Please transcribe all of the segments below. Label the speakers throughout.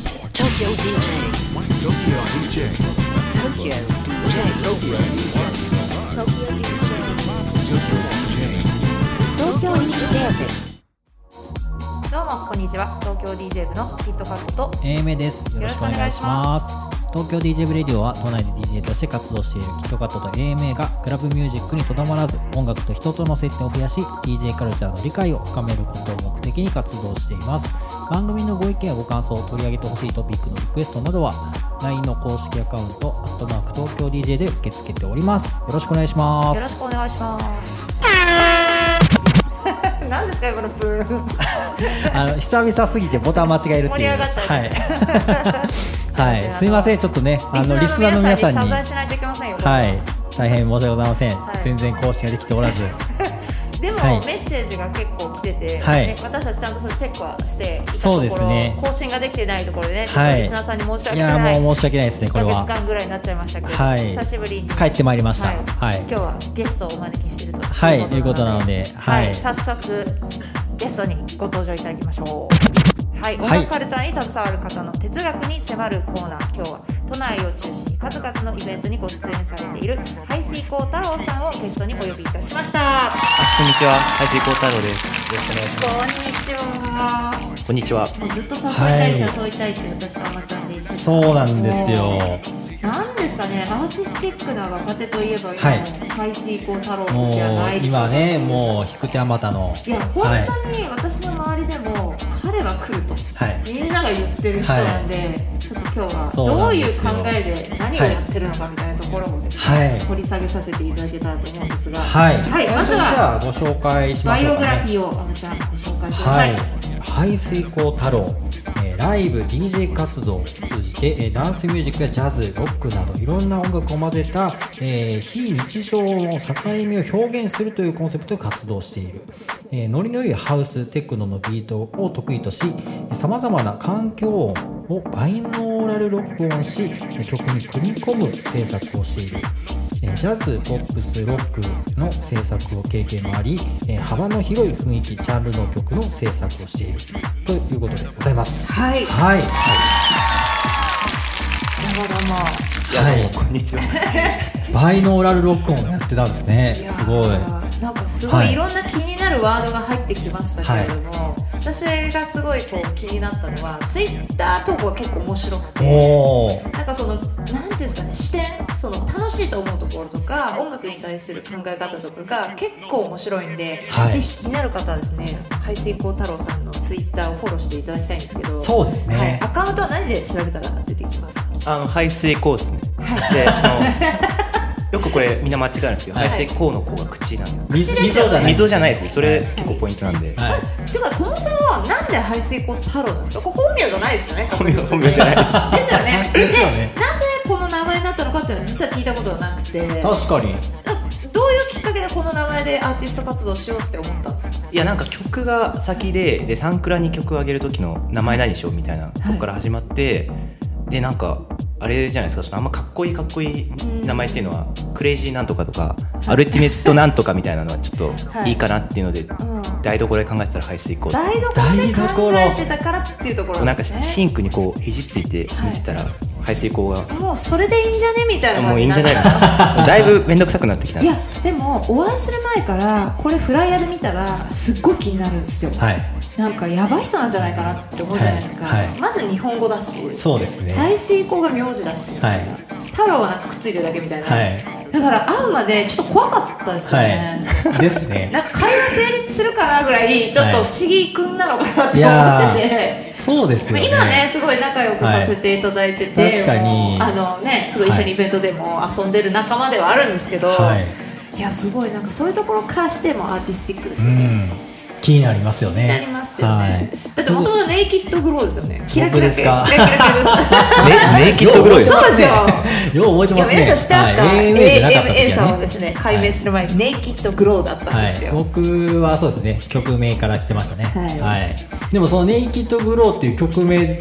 Speaker 1: Tokyo DJ.
Speaker 2: Tokyo DJ.
Speaker 1: Tokyo DJ.
Speaker 2: Tokyo DJ. Tokyo DJ.
Speaker 1: Tokyo DJ.
Speaker 3: どうもこんにちは東京 DJ 部のキットカットと
Speaker 4: AM です。。
Speaker 3: よろしくお願いします
Speaker 4: 東京 DJ ブレディオは都内で DJ として活動しているキットカットと AMA がクラブミュージックにとどまらず音楽と人との接点を増やし DJ カルチャーの理解を深めることを目的に活動しています番組のご意見やご感想を取り上げてほしいトピックのリクエストなどは LINE の公式アカウント「アットマーク東京 DJ」で受け付けておりますよろしくお願いしま
Speaker 3: よろ
Speaker 4: す
Speaker 3: しくお願いします 何ですかこのプーン
Speaker 4: あの久々すぎてボタン間違えるっていう
Speaker 3: 盛り上がっちゃう
Speaker 4: はいはい、すみませんちょっとねあのリ
Speaker 3: リ
Speaker 4: ス
Speaker 3: スナー
Speaker 4: ナーの
Speaker 3: の皆
Speaker 4: 皆さ
Speaker 3: さん
Speaker 4: ん
Speaker 3: に謝罪
Speaker 4: に
Speaker 3: しないといけませんよ、
Speaker 4: はい、大変申し訳ございません、
Speaker 3: はい
Speaker 4: 全然更新ができてお らず、
Speaker 3: でも、
Speaker 4: はい
Speaker 3: メッセージが結構来てて、
Speaker 4: はい
Speaker 3: ね私たちちゃんとそのチェックはしていたところ
Speaker 4: そうですね
Speaker 3: 更新ができてないところでねちょっ
Speaker 4: は
Speaker 3: と
Speaker 4: い、
Speaker 3: リスナーさんに申し
Speaker 4: い
Speaker 3: 訳
Speaker 4: や
Speaker 3: ない、
Speaker 4: もう申し訳ないですね、
Speaker 3: 1
Speaker 4: これ
Speaker 3: ヶ月
Speaker 4: は。
Speaker 3: 間ぐらいになっちゃいましたけど、
Speaker 4: はい
Speaker 3: 久しぶりに
Speaker 4: 帰ってまいりました
Speaker 3: は
Speaker 4: はいい
Speaker 3: 今日はゲストをお招きしてると
Speaker 4: はいいうことなので
Speaker 3: は
Speaker 4: はいい
Speaker 3: 早速ゲストにご登場いただきましょうはい、
Speaker 4: はい
Speaker 3: 音楽カルチャーに携わる方の哲学に迫るコーナー今日は都内を中心に数々のイベントにご出演されている排水光太郎さんをゲストにお呼びいたしました
Speaker 5: こんにちは、林光太郎です。よろしくお願いし
Speaker 3: こ
Speaker 5: ま
Speaker 3: んにちは
Speaker 5: す。こんにちは。
Speaker 3: もうずっと誘いたい、誘いたいって私とあまちゃんで言ってた
Speaker 4: そうなんですよ。
Speaker 3: なんですかね、アーティスティックな若手といえば、
Speaker 4: はい
Speaker 3: 今の海水光太
Speaker 4: も
Speaker 3: 郎
Speaker 4: う
Speaker 3: じゃないでしょう
Speaker 4: 今ね、もう引く手あまたの、はい
Speaker 3: や、本当に私の周りでも、彼は来ると、
Speaker 4: はい、
Speaker 3: みんなが言ってる人なんで、ちょっと今日は
Speaker 4: そうなん
Speaker 3: どうい
Speaker 4: で
Speaker 3: う
Speaker 4: す
Speaker 3: 考
Speaker 4: よ
Speaker 3: えで何をやってるのかみたいなところもですね、
Speaker 4: はい
Speaker 3: 掘り下げさせていただけたらと思うんですが、
Speaker 4: はい、
Speaker 3: まず
Speaker 4: じゃあ
Speaker 3: は
Speaker 4: ご紹介しま
Speaker 3: バ
Speaker 4: し
Speaker 3: イ
Speaker 4: ょう
Speaker 3: オグ
Speaker 4: か
Speaker 3: ラ
Speaker 4: ね
Speaker 3: フ。ィーをあのちゃんご紹介くだ
Speaker 4: は
Speaker 3: さい。
Speaker 4: い、排水溝太郎、えーライブ DJ 活動を通じて、えーダンスミュージックやジャズロックなどいろんな音楽を混ぜた、えー非日常の境目を表現するというコンセプトで活動している、えーノリの良いハウステクノのビートを得意としさまざまな環境音をバイノーラル録音しえー曲に組み込む制作をしているえージャズ、ポップス、ロックの制作を経験もあり、えー幅の広い雰囲気、ジャンルの曲の制作をしているということでございます。
Speaker 3: はい
Speaker 4: はい。
Speaker 3: なるほども
Speaker 5: いや、
Speaker 4: はい
Speaker 5: どうも、こんにちは。
Speaker 4: バイノーラルロック音をやってたんですね。
Speaker 3: いや
Speaker 4: すごい。は
Speaker 3: ーなんかすご
Speaker 4: はいい
Speaker 3: いろんな気になるワードが入ってきましたけれども、私がすごいこう気になったのはツイッター投稿が結構面白くて
Speaker 4: おー。
Speaker 3: なんかそのなんていうんですかね視点その楽しいと思うところとか音楽に対する考え方とかが結構面白いんで、
Speaker 4: はい
Speaker 3: ぜひ気になる方はですね排水溝太郎さんのツイッターをフォローしていただきたいんですけど
Speaker 4: そうです
Speaker 3: はい
Speaker 4: ね
Speaker 3: ア。カウントは何で調べたら出てきますか
Speaker 5: あの、排水口ですね。で、その。よくこれ、みんな間違えるんですけど、
Speaker 4: はい
Speaker 5: 排水口の口が口なんで。
Speaker 4: 水
Speaker 3: 口ですよね
Speaker 4: 溝じゃない。
Speaker 5: 溝じゃないですね。それ、結構ポイントなんで。
Speaker 4: はい。
Speaker 3: てかそもそもなんで排水溝太郎なんですかこれ本名じゃないですよね
Speaker 5: 本名、本名じゃない です。
Speaker 3: ですよね。で
Speaker 4: ですよね
Speaker 3: なぜこの名前になったのかっていうのは実は聞いたことがなくて、あ
Speaker 4: 確かに。
Speaker 3: どういうきっかけでこの名前でアーティスト活動しようって思ったんですか。
Speaker 5: いや、なんか曲が先で、で、サンクラに曲を上げる時の名前何しようみたいな、とこから始まって。で、なんか。あれじゃないですかそのあんまかっこいいかっこいい名前っていうのはクレイジーなんとかとかアルティメットなんとかみたいなのはちょっといいかなっていうので
Speaker 3: うん、
Speaker 5: 台所で考えてたら排水口
Speaker 3: 台所で考えてたからっていうところ
Speaker 5: な
Speaker 3: なん
Speaker 5: ん
Speaker 3: で
Speaker 5: か
Speaker 3: す
Speaker 5: シ
Speaker 3: ね。
Speaker 5: ンクにこう肘ついて見てたら、排水口が
Speaker 3: もうそれでいいんじゃねみたいな
Speaker 5: も
Speaker 3: 感
Speaker 5: うい
Speaker 3: じ
Speaker 5: いん
Speaker 3: に
Speaker 5: じゃない
Speaker 3: っ
Speaker 5: の
Speaker 3: た
Speaker 5: だいぶ面倒くさくなってきた
Speaker 3: いやでもお会いする前からこれフライヤーで見たらすっごい気になるんですよ。
Speaker 4: はい。
Speaker 3: なんかやばい人なんじゃないかなって思うじゃないですか。
Speaker 4: はいはい
Speaker 3: まず日本語だし、
Speaker 4: そうですね。
Speaker 3: 排水溝が名字だし、
Speaker 4: はい
Speaker 3: 太郎はなんかくっついてるだけみたいな。
Speaker 4: はい。
Speaker 3: だから会うまでちょっと怖かったですよね、
Speaker 4: はい。です ね。
Speaker 3: なんか会話成立するかなぐらいちょっと不思議くんなのかなって
Speaker 4: いや
Speaker 3: 思ってて、
Speaker 4: ーそうですよ
Speaker 3: まあ
Speaker 4: ね。
Speaker 3: 今ねすごい仲良くさせていただいてて、
Speaker 4: はい確かに
Speaker 3: もうあのねすごい一緒にイベントでも遊んでる仲間ではあるんですけど、、
Speaker 4: はい
Speaker 3: やすごいなんかそういうところからしてもアーティスティックです
Speaker 4: う
Speaker 3: よね、
Speaker 4: ん。気になりますよね。
Speaker 3: 気になりますよね、だってもともとネイキッドグローですよねキラキラ系
Speaker 4: 僕ですか
Speaker 3: キラキラ系です
Speaker 5: ねネイキッドグロイ
Speaker 3: そうですよ
Speaker 4: よ。よう覚
Speaker 3: い
Speaker 4: えて
Speaker 3: や皆さん知
Speaker 4: ますね。
Speaker 3: ってますか、
Speaker 4: はい AMA じゃなかったです
Speaker 3: AMA
Speaker 4: よね。
Speaker 3: さんはですね解明する前にネイキッドグローだったん
Speaker 4: は
Speaker 3: です
Speaker 4: い、
Speaker 3: よ、
Speaker 4: 僕はそうですね曲名から来てましたね、
Speaker 3: はい
Speaker 4: でもその「ネイキッドグロー」っていう曲名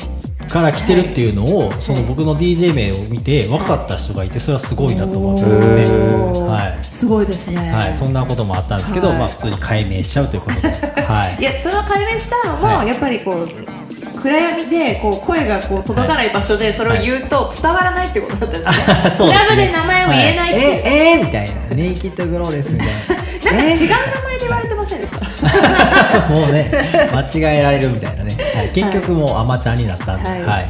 Speaker 4: から来てるっていうのを、その僕の DJ 名を見て分かった人がいてそれはすごいなと思ったんですよ
Speaker 3: お
Speaker 4: ね
Speaker 3: ー
Speaker 4: はい、
Speaker 3: すごいですね、
Speaker 4: はい、そんなこともあったんですけど、
Speaker 3: はい
Speaker 4: まあ普通に解明しちゃうということで、はい
Speaker 3: い、やそれを解明したのも、
Speaker 4: はい
Speaker 3: やっぱりこう暗闇でこう声がこう届かない場所でそれを言うと伝わら ないってことだったんです ね。
Speaker 4: そうですね
Speaker 3: クラブで名前を言えないっていう
Speaker 4: はええーみたいなネイキッドグローですみたいな
Speaker 3: なんか 違う名
Speaker 4: えー
Speaker 3: 前で言われてませんでした。
Speaker 4: もうね間違えられるみたいなね、はい、結局もうアマちゃんになったんで、
Speaker 3: はいはい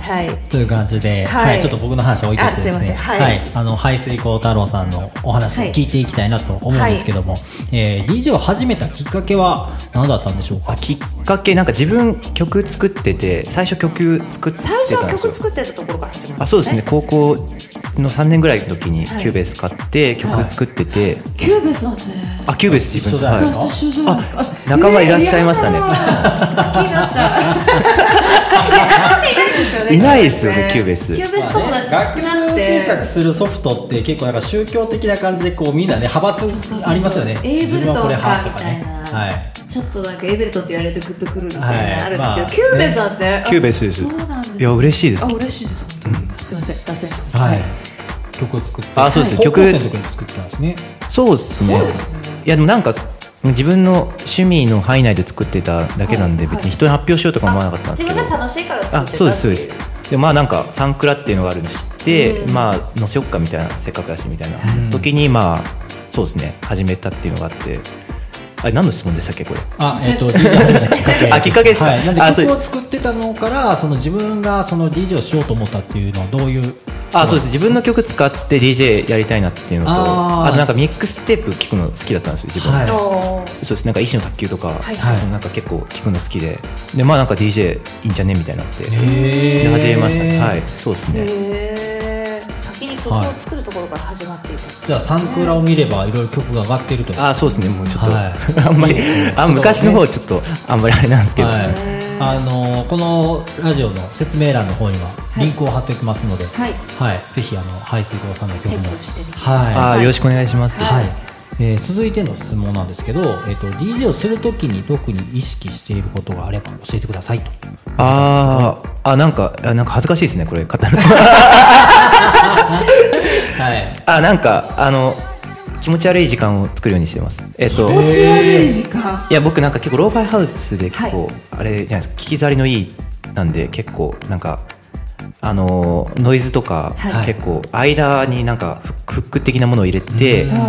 Speaker 4: という感じで、
Speaker 3: は
Speaker 4: はいいちょっと僕の話は置いといてですね
Speaker 3: あすいませんはい
Speaker 4: あの排水口太郎さんのお話を聞いていきたいなと思うんですけども、えー DJ を始めたきっかけは何だったんでしょう
Speaker 5: あ
Speaker 4: か
Speaker 5: きっかけなんか自分曲作ってて最初曲作ってたんです
Speaker 3: 最
Speaker 5: よ
Speaker 3: 初は曲作ってたところから始まるん
Speaker 5: あそうですね。高校の3年ぐらいの時にキューベース買って曲作ってて、
Speaker 3: キューベスなんですね。
Speaker 5: あキューベース自分
Speaker 4: 一緒
Speaker 5: で
Speaker 4: だよ
Speaker 5: はい
Speaker 3: 私と一緒じゃないですか。
Speaker 5: 仲間いらっしゃいましたね
Speaker 3: えーやだ好きになっちゃう。あんまりいないんですよね。
Speaker 5: いないですよねキューベース
Speaker 3: キューベース友達
Speaker 4: 楽
Speaker 3: 少なく
Speaker 4: 曲制作
Speaker 3: て。
Speaker 4: するソフトって結構なんか宗教的な感じでこうみんなね派
Speaker 3: そうそうそう
Speaker 4: 閥
Speaker 3: そう
Speaker 4: ありますよね
Speaker 3: エイブルトンかみたいな。
Speaker 4: はい
Speaker 3: ちょっとなんかエイベルトンって言われるとグッとくるみたいなあるんですけど、
Speaker 4: はい
Speaker 3: キューベースなんですね。あ
Speaker 5: キューベースです
Speaker 3: そうなんですね。
Speaker 5: いや嬉しいです
Speaker 3: あ嬉しいです本当に。すみません脱線しました。
Speaker 4: はい、曲を作って
Speaker 5: あそうです
Speaker 4: 高校生の
Speaker 5: 曲
Speaker 4: 時に作ってたんですね
Speaker 5: そうですねいやでもなんか自分の趣味の範囲内で作ってただけなん
Speaker 3: は
Speaker 5: で、
Speaker 3: いはい
Speaker 5: 別に人に発表しようとか思わなかったんです
Speaker 3: 自
Speaker 5: け
Speaker 3: 分
Speaker 5: ど
Speaker 3: が楽しいから作
Speaker 5: あ
Speaker 3: ってたっていう。
Speaker 5: そうですそうですでまあなんかサンクラっていうのがあるの知って、まあ載せよっかみたいなせっかくだしみたいな、時にまあそうですね始めたっていうのがあってあれ何の質問でしたっけこれ
Speaker 4: あ、えっ、と、DJ を始めたきっかけ。
Speaker 5: あきっかけですか
Speaker 4: はい、な
Speaker 5: あ
Speaker 4: ん
Speaker 5: そ
Speaker 4: で、
Speaker 5: う
Speaker 4: 曲を作ってたのから、その自分がその DJ をしようと思ったっていうのは、どういう。
Speaker 5: あそうです自分の曲使って DJ やりたいなっていうのと
Speaker 4: あ
Speaker 5: あ
Speaker 4: ー
Speaker 5: となんかミックステープ聞くの好きだったんですよ自分、
Speaker 4: はい
Speaker 3: おー
Speaker 5: そうですなんか医師の卓球とか、
Speaker 3: い
Speaker 4: はい
Speaker 5: そのなんか結構聞くの好きででまあなんか DJ いいんじゃねみたいになって、
Speaker 4: へ
Speaker 5: で始めましたねはいいそうですね、
Speaker 3: へー先に曲を作るところから始まっていた。
Speaker 4: じゃあ、サンクラを見れば、いろいろ曲が上がってると。
Speaker 5: あそうですねもうちょっと、
Speaker 4: はい
Speaker 5: あん まり
Speaker 4: いいですね
Speaker 5: あ昔の方ちょっとあんまりあれなんですけど、
Speaker 4: はい。あのこのラジオの説明欄の方には、リンクを貼っておきますので。
Speaker 3: はい
Speaker 4: はい、ぜひ、あの、排水口さんの曲も。
Speaker 3: チェックしてみて
Speaker 5: あ
Speaker 4: は
Speaker 5: ーよろしくお願いします、
Speaker 4: い。はい。えー続いての質問なんですけど、えっと DJ をするときに特に意識していることがあれば教えてくださいと
Speaker 5: あーあなんかあなんか恥ずかしいですねこれ語ると
Speaker 4: はい
Speaker 5: あなんかあの気持ち悪い時間を作るようにしてますえっ、と
Speaker 3: 気持ち悪い時間。
Speaker 5: いや僕なんか結構ローファイハウスで結構、あれじゃないですか聞き障りのいいなんで結構なんかあのーノイズとか、
Speaker 4: はい
Speaker 5: 結構間になんかフックフック的なものを入れて、
Speaker 4: うん
Speaker 5: ま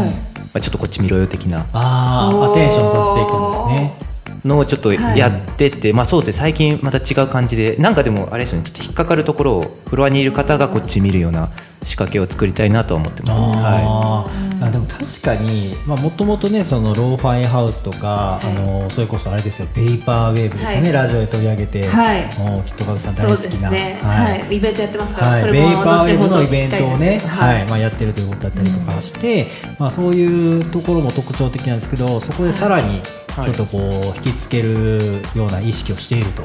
Speaker 5: あ、ちょっとこっち見ろよ的な
Speaker 4: あ
Speaker 3: おー
Speaker 4: あ、アテンションさせていくんですね。
Speaker 5: のをちょっと
Speaker 3: はい
Speaker 5: やってて、まあそうですね最近また違う感じでなんかでもあれですよねちょっと引っかかるところをフロアにいる方がこっち見るような仕掛けを作りたいなとは思ってます、は
Speaker 4: あーあでも確かに、まあ、もともとね、そのローファイハウスとか、あの、それこそあれですよ、ベイパーウェーブですよね、
Speaker 3: はい
Speaker 4: ラジオで取り上げて。
Speaker 3: はい
Speaker 4: もう、きっとかずさん
Speaker 3: そ
Speaker 4: 大
Speaker 3: う
Speaker 4: 好き
Speaker 3: で
Speaker 4: な。
Speaker 3: すね。はい。イベントやってますから、
Speaker 4: はい、
Speaker 3: そ
Speaker 4: ベ
Speaker 3: れ
Speaker 4: イ
Speaker 3: も
Speaker 4: パーウ
Speaker 3: 後
Speaker 4: ェ
Speaker 3: ほ
Speaker 4: ブ
Speaker 3: ど
Speaker 4: のイ
Speaker 3: 聞きた
Speaker 4: ベ
Speaker 3: い
Speaker 4: ン
Speaker 3: で
Speaker 4: ト
Speaker 3: す
Speaker 4: をね、
Speaker 3: は
Speaker 4: はいい。まあ、やってるということだったりとかして、まあ、そういうところも特徴的なんですけどそこでさらにちょっとこう、引きつけるような意識をしていると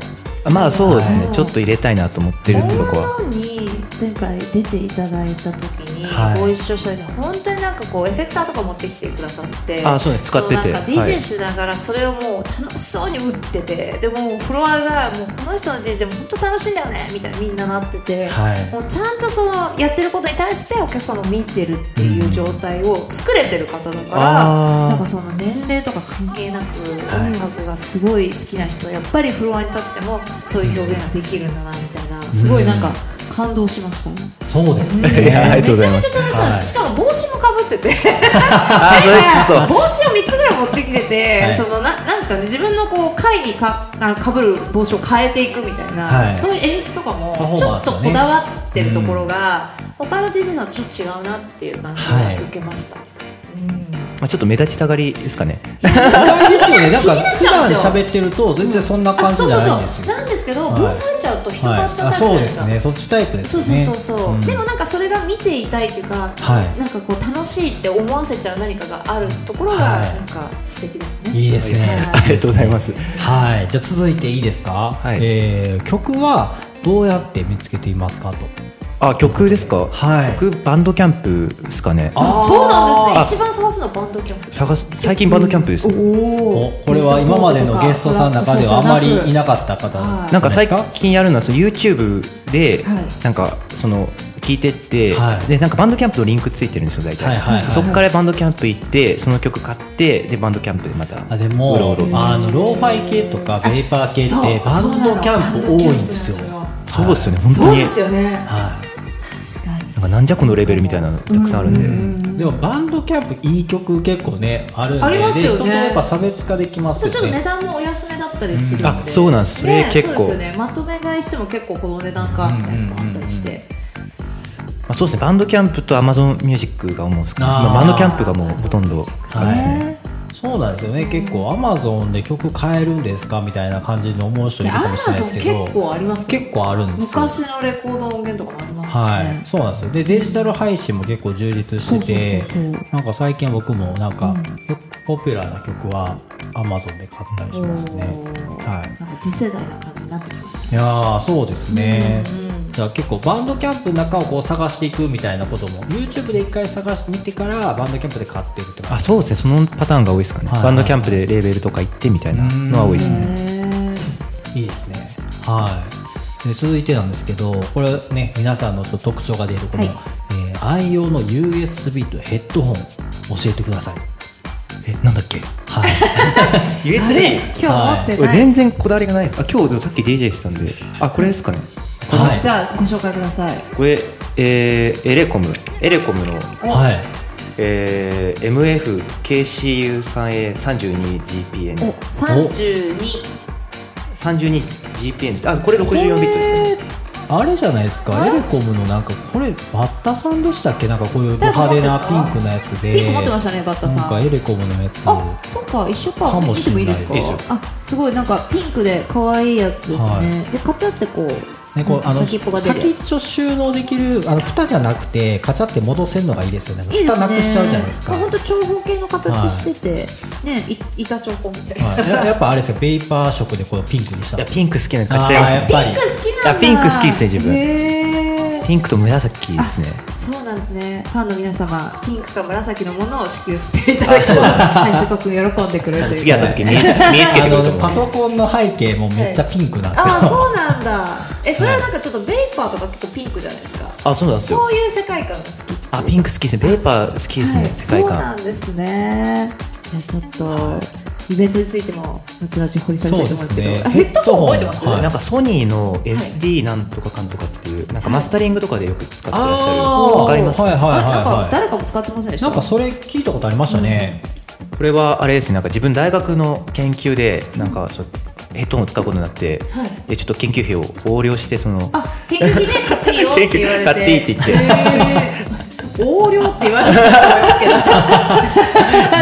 Speaker 5: い、まあそうですね、
Speaker 3: はい
Speaker 5: ちょっと入れたいなと思ってるってとこは
Speaker 3: 本に前回出ていただいた時に
Speaker 4: はい
Speaker 3: ご一緒した時、本当になんかこうエフェクターとか持ってきてくださって
Speaker 5: あそうです使ってて
Speaker 3: そうなんか
Speaker 5: はい
Speaker 3: DJ しながらそれをもう楽しそうに打っててでもフロアがもうこの人の DJ も本当楽しいんだよねみたいなみんななってて、
Speaker 4: はい
Speaker 3: もうちゃんとそのやってることに対してお客様を見てるっていう状態を作れてる方だから、
Speaker 5: あー
Speaker 3: なんかその年齢とか関係なく音楽がすごい好きな人はやっぱりフロアに立ってもそういう表現ができるんだなみたいなすごいなんか感動しましたね。
Speaker 4: そうですね、
Speaker 5: いやあり
Speaker 3: めち
Speaker 5: がとう
Speaker 3: ゃ
Speaker 5: ござ
Speaker 3: め
Speaker 5: いま
Speaker 3: ち
Speaker 5: す
Speaker 3: ゃ楽しそう
Speaker 4: は
Speaker 3: で
Speaker 4: い
Speaker 3: す。しかも帽子もかぶってて、
Speaker 5: あそれちょっ と
Speaker 3: 帽子を三つぐらい持ってきてて、
Speaker 4: はい
Speaker 3: そのななんですかね自分のこう会にかあ被る帽子を変えていくみたいな、
Speaker 4: はい
Speaker 3: そういう演出とかも
Speaker 4: パフォ
Speaker 3: ち
Speaker 4: ー
Speaker 3: ょ
Speaker 4: マン
Speaker 3: っ
Speaker 4: ス
Speaker 3: と
Speaker 4: をね
Speaker 3: こだわってるところが、他の人生さんとちょっと違うなっていう感じ
Speaker 4: はい
Speaker 3: が受けました。
Speaker 5: まあ、ちょっと目立ちたがりですかね
Speaker 4: あれですよね、なんか
Speaker 3: 気になっ
Speaker 4: 普
Speaker 3: ちゃうん
Speaker 4: 段
Speaker 3: ですよ
Speaker 4: 喋ってると全然そんな
Speaker 3: あ
Speaker 4: 感じじゃないんです
Speaker 3: そうそう
Speaker 4: よ。
Speaker 3: そうなんですけど、
Speaker 4: はい
Speaker 3: 防災ちゃうと人変わっちゃ
Speaker 4: は
Speaker 3: っ
Speaker 4: い、
Speaker 3: たりじゃ
Speaker 4: あそ
Speaker 3: な
Speaker 4: う
Speaker 3: いで
Speaker 4: ですす
Speaker 3: か。
Speaker 4: ね、そっちタイプです
Speaker 3: そう
Speaker 4: よ
Speaker 3: そう
Speaker 4: ね。
Speaker 3: そうそう、
Speaker 4: ん
Speaker 3: でもなんかそれが見ていたいっていうか、
Speaker 4: はい
Speaker 3: なんかこう楽しいって思わせちゃう何かがあるところが
Speaker 4: はい
Speaker 3: なんか素敵ですね。
Speaker 4: いいですね。
Speaker 5: ありがとうございます
Speaker 4: はい、じゃあ続いていいですか。
Speaker 5: はい
Speaker 4: えー曲はどうやって見つけていますかと。
Speaker 5: あ曲ですか、
Speaker 4: はい
Speaker 5: 曲バンドキャンプですかね
Speaker 4: あー
Speaker 3: そうなん
Speaker 5: あ
Speaker 3: ですね。一番探すのはバンドキャンプ。
Speaker 5: 探す最近バンドキャンプですね
Speaker 3: お
Speaker 4: おこれは今までのゲストさんの中ではあまりいなかった方
Speaker 3: はい
Speaker 5: なんか最
Speaker 4: ですか
Speaker 5: 近やるのはその YouTube で
Speaker 3: はい
Speaker 5: なんかその聞いてって、
Speaker 4: はい
Speaker 5: でなんかバンドキャンプのリンクついてるんですよ大体、
Speaker 4: はいはいはい
Speaker 5: そこからバンドキャンプ行ってその曲買ってでバンドキャンプでまた
Speaker 4: あでも
Speaker 5: うろうろ
Speaker 4: あのローファイ系とかベイパー系ってバ
Speaker 3: そう
Speaker 4: ンドキャンプ多いんですよ
Speaker 3: そうなの
Speaker 4: はい
Speaker 5: そうですよね本
Speaker 3: そ
Speaker 5: 当
Speaker 3: う
Speaker 5: に
Speaker 3: ですよね
Speaker 4: は
Speaker 3: 確かに
Speaker 5: なんかなんじゃこのレベルみたいなのたくさんあるんで、
Speaker 4: いでもバンドキャンプいい曲結構ねあるんで
Speaker 3: ありますよね
Speaker 4: で人とやっぱ差別化できます
Speaker 3: ちょ
Speaker 4: よ
Speaker 3: っと値
Speaker 4: ね
Speaker 3: 段もお安めだったりするんで、
Speaker 5: あそうなんですそれ
Speaker 3: ね
Speaker 5: 結構
Speaker 3: そうですよねまとめ買いしても結構この値段かみたいなのがあったりして、
Speaker 5: まあ、そうですねバンドキャンプとアマゾンミュージックが思うんですけど、
Speaker 4: あー
Speaker 5: まあ、バンドキャンプがもうほとんどですね、
Speaker 4: そうなんですよね結構アマゾンで曲買えるんですかみたいな感じに思う人いる
Speaker 3: ア
Speaker 4: かも
Speaker 3: マ
Speaker 4: しれない
Speaker 3: ゾ
Speaker 4: で
Speaker 3: ン
Speaker 4: すけど
Speaker 3: 結構ありますよ
Speaker 4: 結構あるんですよ
Speaker 3: 昔のレコードの音源とかもありますしね、
Speaker 4: はい、そうなんですよでデジタル配信も結構充実してて
Speaker 3: そうそうそう
Speaker 4: なんか最近僕もなんか、ポピュラーな曲は Amazon で買ったりしますね
Speaker 3: おー
Speaker 4: はい
Speaker 3: なんか次世代な感じになってきまし
Speaker 4: いやーそうですね、
Speaker 3: うんうん
Speaker 4: じゃあ結構バンドキャンプの中をこう探していくみたいなことも YouTube で一回探してみてからバンドキャンプで買ってるってこと
Speaker 5: あそうですねそのパターンが多いですかね、
Speaker 4: はいはい
Speaker 5: バンドキャンプでレーベルとか行ってみたいなのは多いです
Speaker 3: た
Speaker 5: ね
Speaker 3: ね
Speaker 4: いいですね。はい。で続いてなんですけど、これね皆さんのちょっと特徴が出るこの、
Speaker 3: はい
Speaker 4: えー愛用の USB とヘッドホン教えてください。
Speaker 5: えなんだっけ
Speaker 4: はい。
Speaker 5: USB
Speaker 3: 今日持って
Speaker 5: 俺
Speaker 3: ない、
Speaker 5: 全然こだわりがないですあ今日でもさっき DJ してたんであこれですかね
Speaker 4: はい。
Speaker 3: じゃあご紹介ください
Speaker 5: これ、えーエレコムエレコムの、
Speaker 4: はい。
Speaker 5: えー
Speaker 3: 32
Speaker 5: MFKCU3A32GPN 32GPN あこれ64ビットですね
Speaker 4: あれじゃないですか。エレコムのなんかこれバッタさんでしたっけ？なんかこういうド派手なピンクのやつで。
Speaker 3: ピンク持ってましたねバッタ
Speaker 4: なん
Speaker 3: さ
Speaker 4: か
Speaker 3: ん
Speaker 4: エレコムのやつ。
Speaker 3: あ、そうか一緒か
Speaker 4: かも
Speaker 3: 見
Speaker 4: してん
Speaker 3: も
Speaker 4: ない
Speaker 3: いですか
Speaker 5: いいですよ
Speaker 3: あすごいなんかピンクで可愛いやつですね、
Speaker 4: は
Speaker 3: でカチャってこう,、
Speaker 4: ね、こうあの
Speaker 3: 先っぽが出る
Speaker 4: 先っちょ収納できるあの蓋じゃなくてカチャって戻せるのがいいですよね。
Speaker 3: いいです
Speaker 4: 蓋
Speaker 3: ね
Speaker 4: なくしちゃうじゃないですか。
Speaker 3: あ本当長方形の
Speaker 4: はい
Speaker 3: 形してて、ねい板長方みたいな、
Speaker 4: はい、ややっぱあれですよ、ベイパー色でこのピンクにした
Speaker 5: い
Speaker 4: の
Speaker 5: やピンク好きなの買っちゃいます
Speaker 4: あーや
Speaker 5: ね
Speaker 4: っぱ
Speaker 3: ピ
Speaker 4: り
Speaker 3: ンク好きなんだ
Speaker 5: あピンク好きですね自分
Speaker 3: へー
Speaker 5: ピンクと紫ですね
Speaker 3: そうなんですねファンの皆様ピンクか紫のものを支給していただきますはいすごく喜んでくれるという
Speaker 5: 次会った時見え見えつけて
Speaker 4: あ
Speaker 5: くると
Speaker 4: の
Speaker 5: 思
Speaker 4: パ
Speaker 5: う
Speaker 4: ソコンの背景もめっちゃピンクなんですよ、
Speaker 3: ああそうなんだえそれはなんかちょっとベイパーとか結構ピンクじゃないですか
Speaker 5: あそうなんですよ
Speaker 3: そういう世界観が好き
Speaker 5: あピンク好きですねベーパー好きですね、世界
Speaker 3: そう
Speaker 5: 観
Speaker 3: なんですねいやちょっと、イベントについても後々掘り下げたいと思うんですけど
Speaker 4: そうですね
Speaker 3: あヘッドホン覚えてます、
Speaker 4: ヘッドホンはい
Speaker 5: なんかソニーの SD なんとかかんとかっていう、なんかマスタリングとかでよく使ってらっしゃる、
Speaker 4: あー
Speaker 5: わかります、
Speaker 4: はいはい
Speaker 3: あ
Speaker 4: はい
Speaker 3: なんか
Speaker 4: は
Speaker 3: 誰かも使ってませんで
Speaker 4: い
Speaker 3: した
Speaker 4: なんかそれ聞いたことありましたね、
Speaker 5: これはあれですねなんか自分大学の研究でなんかそうヘッドホンを使うことになって、
Speaker 3: はい
Speaker 5: でちょっと研究費を横領してその
Speaker 3: あ研究費で買っていいよって言われて
Speaker 5: 買っていいって言って
Speaker 3: へー横領って言われてた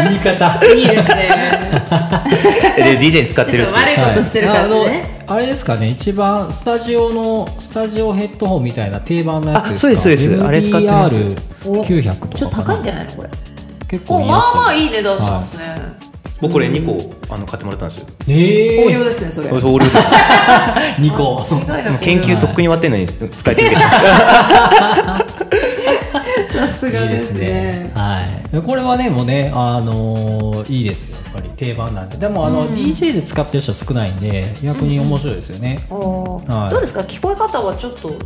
Speaker 4: 言い方
Speaker 3: ん ですけどいいですね
Speaker 5: で DJ に使ってるっ
Speaker 3: ちょっと
Speaker 5: て
Speaker 3: 悪
Speaker 5: い
Speaker 3: いうことしてる感じ
Speaker 4: はい
Speaker 3: ね、
Speaker 4: あのあれですかね一番スタジオのスタジオヘッドホンみたいな定番のやつですか
Speaker 5: あそうですそうですあれ使ってます
Speaker 4: MDR900 とか
Speaker 3: ちょっと高いんじゃ
Speaker 4: ない
Speaker 3: ないのこれ
Speaker 4: 結構
Speaker 3: お
Speaker 4: いい
Speaker 3: ま
Speaker 4: や
Speaker 3: あまあ
Speaker 4: つ
Speaker 3: いい値段しますね、
Speaker 5: 僕これ2個あの買ってもらったんですよ
Speaker 4: え
Speaker 3: 横領
Speaker 4: え
Speaker 3: ですねそれ
Speaker 5: そう横領です
Speaker 4: ー、2個
Speaker 3: 違いなく横領
Speaker 5: 研究とっくに終わってんのに使い続けてる
Speaker 3: さすが
Speaker 4: いいで
Speaker 3: ですす
Speaker 4: ね
Speaker 3: ね。
Speaker 4: はい。これはね、もうね、あのーいいですよ。やっぱり定番なんで。でも、あの、DJ で使ってる人少ないんで、逆に面白いですよね。
Speaker 3: おー
Speaker 4: はい
Speaker 3: どうですか聞こえ方はちょっと違うん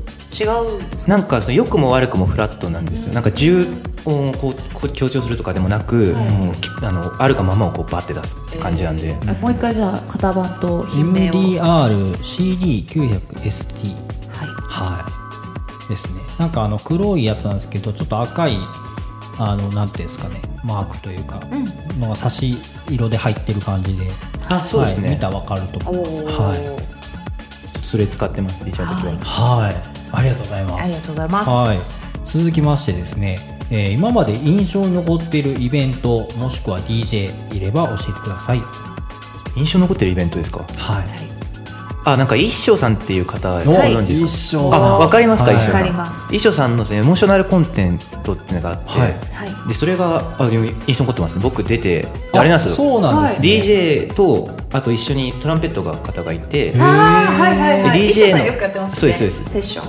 Speaker 3: ですか
Speaker 5: なんかその良くも悪くもフラットなんですよなんか重音をこうこう強調するとかでもなく、もうきあのあるがままをこうバッて出す感じなんで、
Speaker 3: えもう一回じゃあ型番と品名を、はい、
Speaker 4: MDR-CD900ST。はい。ですね。なんか、あの、黒いやつなんですけど、ちょっと赤い、あの、なんていうんですかね、マークというか、のが差し色で入ってる感じで。
Speaker 5: あそうですね、
Speaker 4: はい見たらわかると思います。
Speaker 3: おー
Speaker 4: はい。
Speaker 5: それ使ってます DJ の時は、
Speaker 4: はい。ありがとうございます。
Speaker 3: ありがとうございます、
Speaker 4: はい、続きましてですね、えー今まで印象に残っているイベントもしくは DJ いれば教えてください。
Speaker 5: 印象に残ってるイベントですか
Speaker 4: はい、
Speaker 5: あなんか一生さんっていう方ご
Speaker 4: はい
Speaker 5: 存知ですか、
Speaker 4: 一
Speaker 5: あ
Speaker 4: 生さん
Speaker 5: わかりますか、
Speaker 4: はい
Speaker 5: 一生さん
Speaker 3: わかります
Speaker 5: 一生さんのそのエモーショナルコンテントっていうのがあって、
Speaker 4: は
Speaker 3: は
Speaker 4: い
Speaker 3: い
Speaker 5: でそれがあでも印象に残ってますね僕出てあれなんですよ
Speaker 4: そうなんです、ね。
Speaker 5: DJ とあと一緒にトランペットが方がいて
Speaker 4: へー
Speaker 3: あーはいはいはい
Speaker 5: で DJ
Speaker 3: 一緒さん
Speaker 5: の
Speaker 3: よくやってますね
Speaker 5: そうですそうです
Speaker 3: セッション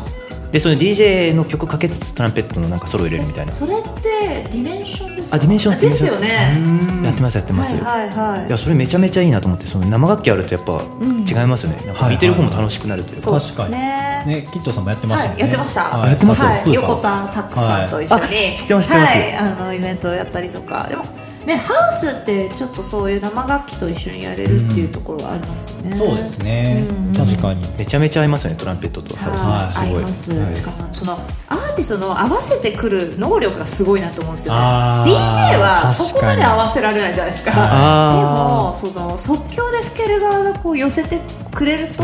Speaker 5: でその DJ の曲かけつつトランペットのなんかソロ入れるみたいな
Speaker 3: それってディメンションですか
Speaker 5: あディメンション
Speaker 3: あですよ
Speaker 5: デ
Speaker 3: ね
Speaker 5: やってますやってま
Speaker 3: は
Speaker 5: す、
Speaker 3: い
Speaker 5: い
Speaker 3: はいはい
Speaker 5: やそれめちゃめちゃいいなと思ってその生楽器あるとやっぱ違いますよね、なんか見てる方も楽しくなるというか、
Speaker 3: そうです
Speaker 4: 確かに
Speaker 3: ね
Speaker 4: ね、キットさんもやってました
Speaker 3: は
Speaker 4: よね。
Speaker 3: い、やってました。
Speaker 4: はい
Speaker 5: あやってます
Speaker 3: は
Speaker 5: そ
Speaker 3: い、
Speaker 5: うですか
Speaker 3: 横田サックスさんと一緒に、
Speaker 5: はいあ知ってます知ってます
Speaker 3: はい、あのイベントをやったりとか、でもねハウスってちょっとそういう生楽器と一緒にやれるっていうところはありますよね。
Speaker 4: そうですね
Speaker 3: うんうん。
Speaker 4: 確かに。
Speaker 5: めちゃめちゃ合いますよねトランペットと
Speaker 3: は
Speaker 4: はい
Speaker 3: い、合い
Speaker 5: ごい
Speaker 3: ます、
Speaker 5: はい
Speaker 3: しかもそのアーティストの合わせてくる能力がすごいなと思うんですよね DJ
Speaker 4: あー
Speaker 3: は
Speaker 4: 確かに
Speaker 3: そこまで合わせられないじゃないですか、
Speaker 5: は
Speaker 3: でもその即興で吹ける側がこう寄せてくれると、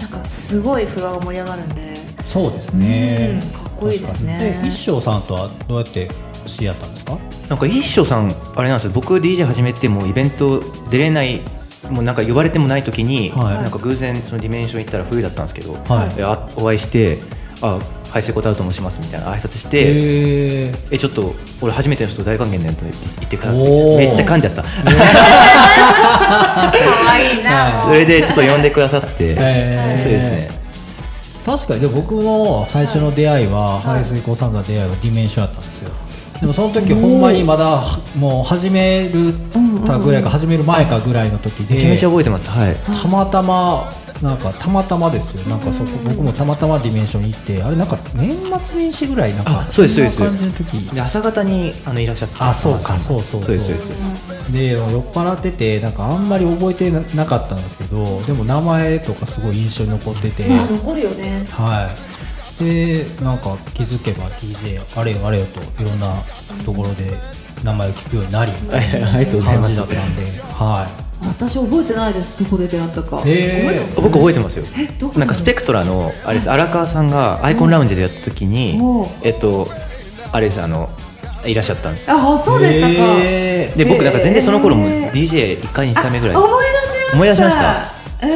Speaker 3: なんかすごいフロアが盛り上がるんで
Speaker 4: そうですね
Speaker 3: うん。かっこいいですね
Speaker 4: 確かにで一生さんとはどうやって知り合ったんですか。
Speaker 5: なんか一生さんあれなんですよ僕 DJ 始めてもうイベント出れないもうなんか呼ばれてもない時に、
Speaker 4: はい
Speaker 5: なんか偶然そのディメンション行ったら冬だったんですけど、
Speaker 4: はい
Speaker 5: であお会いして「あ排水コタウト申します」みたいな挨拶して
Speaker 4: へえ。
Speaker 5: 「えちょっと俺初めての人大歓迎だよ」って言ってくださって
Speaker 4: おー
Speaker 5: めっちゃ噛んじゃった
Speaker 3: 可愛いな、
Speaker 4: は
Speaker 5: それでちょっと呼んでくださって、
Speaker 4: へー
Speaker 5: そうですね
Speaker 4: 確かにでも僕の最初の出会いは、排水溝さんとの出会いはディメンションだったんですよでもその時ほんまにまだもう始めるたぐらいか始める前かぐらいの時で
Speaker 5: めちゃめちゃ覚えてますはい
Speaker 4: たまたまなんかたまたまですよなんかそこ僕もたまたまディメンションに行ってあれなんか年末年始ぐらいなんか
Speaker 5: あそうですそうです
Speaker 4: んな感じの時
Speaker 5: で朝方にあのいらっしゃった
Speaker 4: あそうかそうそうそう
Speaker 5: そうですそうです
Speaker 4: で酔っ払っててなんかあんまり覚えてななかったんですけどでも名前とかすごい印象に残ってて、
Speaker 3: まあ残るよね
Speaker 4: はい、でなんか気づけば DJ あれよあれよといろんなところで名前を聞くようになりみたいな
Speaker 5: ありがとうござい
Speaker 4: 感
Speaker 5: ま
Speaker 4: じ
Speaker 5: す
Speaker 4: だったんで、は
Speaker 3: 私覚えてないですどこで出会ったか、
Speaker 4: へ
Speaker 3: 覚
Speaker 4: ー
Speaker 3: えてます
Speaker 5: 僕覚えてますよ
Speaker 3: どこ
Speaker 5: なんかスペクトラのあれです荒川さんがアイコンラウンジでやった時に
Speaker 3: おう
Speaker 5: えっとあれですあのいらっしゃったんですよ
Speaker 3: あそう
Speaker 4: い、
Speaker 3: でしたか、
Speaker 4: へ
Speaker 5: で僕なんか全然その頃も
Speaker 3: へー
Speaker 5: DJ1 回2回目ぐらい
Speaker 3: あ思い
Speaker 5: 思い
Speaker 3: 出し
Speaker 5: 出し
Speaker 3: ま
Speaker 5: ま
Speaker 3: し
Speaker 5: したた
Speaker 3: うん、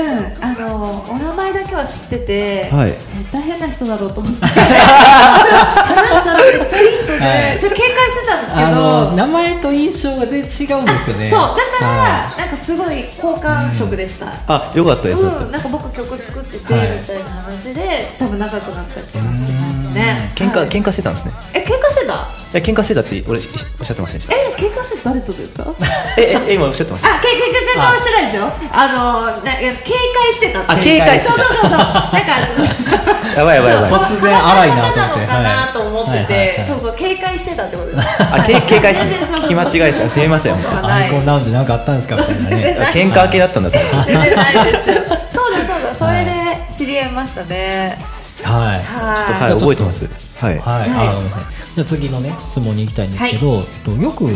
Speaker 3: あのお名前だけは知ってて、
Speaker 5: はい
Speaker 3: 絶対変な人だろうと思って話したらめっちゃいい人で、
Speaker 4: はい
Speaker 3: ちょっと警戒してたんですけ
Speaker 4: あ
Speaker 3: ど
Speaker 4: の名前と印象が全然違うんですよね
Speaker 3: そうだから、
Speaker 4: は
Speaker 3: なんかすごい好感触でした、
Speaker 5: あよかったです、
Speaker 3: うん、なんか僕曲作っててみ
Speaker 4: はい
Speaker 3: たいな話で、多分仲良くなった気がしますね
Speaker 5: 喧嘩、
Speaker 3: はい
Speaker 5: 喧嘩してたんですね
Speaker 3: え喧嘩してた
Speaker 5: いや喧嘩してたって俺しおっしゃってませんでした
Speaker 3: え喧嘩して誰とですか
Speaker 5: えええ今おっしゃって ました
Speaker 3: あ、け、け、け、け、かもしれないですよ。あの、な、いや警戒してたっていう。
Speaker 5: あ警戒してた
Speaker 3: そうそうそうそう。なんか、
Speaker 5: やばいやばいやばい
Speaker 3: そう
Speaker 4: 突然荒いなと思
Speaker 3: 変わっ
Speaker 4: って
Speaker 3: た方なのかなと思って
Speaker 4: はいはいはいは
Speaker 3: て、
Speaker 4: い
Speaker 3: そうそう、警戒してたってことです。
Speaker 5: あけ警戒して
Speaker 3: 全然そうそう
Speaker 5: 聞き間違えてたすみません本当に
Speaker 3: そう
Speaker 4: いアイコンラウンジなんかあったんですかみたいな ね
Speaker 5: あ喧嘩明けだったんだと思って
Speaker 3: 全然ないですよ。そうだ、そうだ、それで知り合いましたね。
Speaker 4: はい
Speaker 5: は
Speaker 3: はい
Speaker 5: 覚えてますは
Speaker 4: は
Speaker 5: い
Speaker 4: い、あごめんなさいじゃあ次のね質問に行きたいんですけど、えっとよく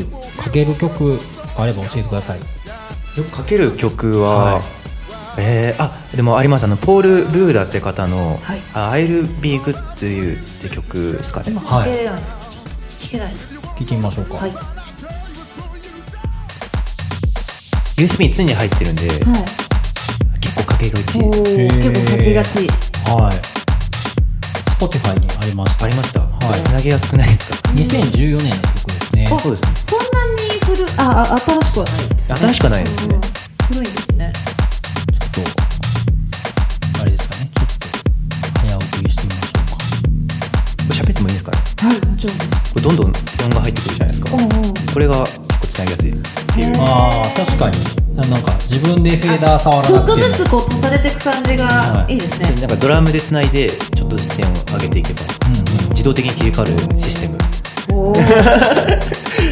Speaker 4: かける曲あれば教えてください
Speaker 5: よくかける曲は、
Speaker 4: はい
Speaker 5: えーあでもありますあのポール・ルーダーって方の
Speaker 3: はい
Speaker 5: 「アイル・ビー・グッド・ユー」って曲ですかね
Speaker 3: い。
Speaker 4: は
Speaker 3: 聞
Speaker 4: い
Speaker 3: けないですか。ちょっと聞けないですか。
Speaker 4: 聞いてみましょうか、
Speaker 3: はい。は
Speaker 5: USB 常に入ってるんで、結構かけがち
Speaker 3: い。おお、
Speaker 4: へー
Speaker 3: 結構かけがち。
Speaker 4: はい Spotify にありました
Speaker 5: ありました、はいつなげやすくないですか
Speaker 4: 2014年の曲ですね
Speaker 5: そうですね
Speaker 3: そんなに古い、あ、あ、新しくはないですね。
Speaker 5: 新しくはないですね
Speaker 3: うん。古いですね。
Speaker 4: ちょっとあれですかねちょっと早送りしてみましょうか
Speaker 5: 喋ってもいいですかね
Speaker 3: はい、もちろんです。
Speaker 5: これどんどん低音が入ってくるじゃないですか
Speaker 3: おうおう
Speaker 5: これが結構つなげやすいですっていう
Speaker 4: ああ確かにななんか自分でフェーダー触ら
Speaker 3: ちょ
Speaker 4: な
Speaker 3: っ
Speaker 4: く
Speaker 3: と
Speaker 4: て
Speaker 3: ずつ
Speaker 4: も
Speaker 3: こう足されていく感じがいいですね、
Speaker 5: なんかドラムでつないでちょっとずつ点を上げていけば、自動的に切り替わるシステム
Speaker 3: おー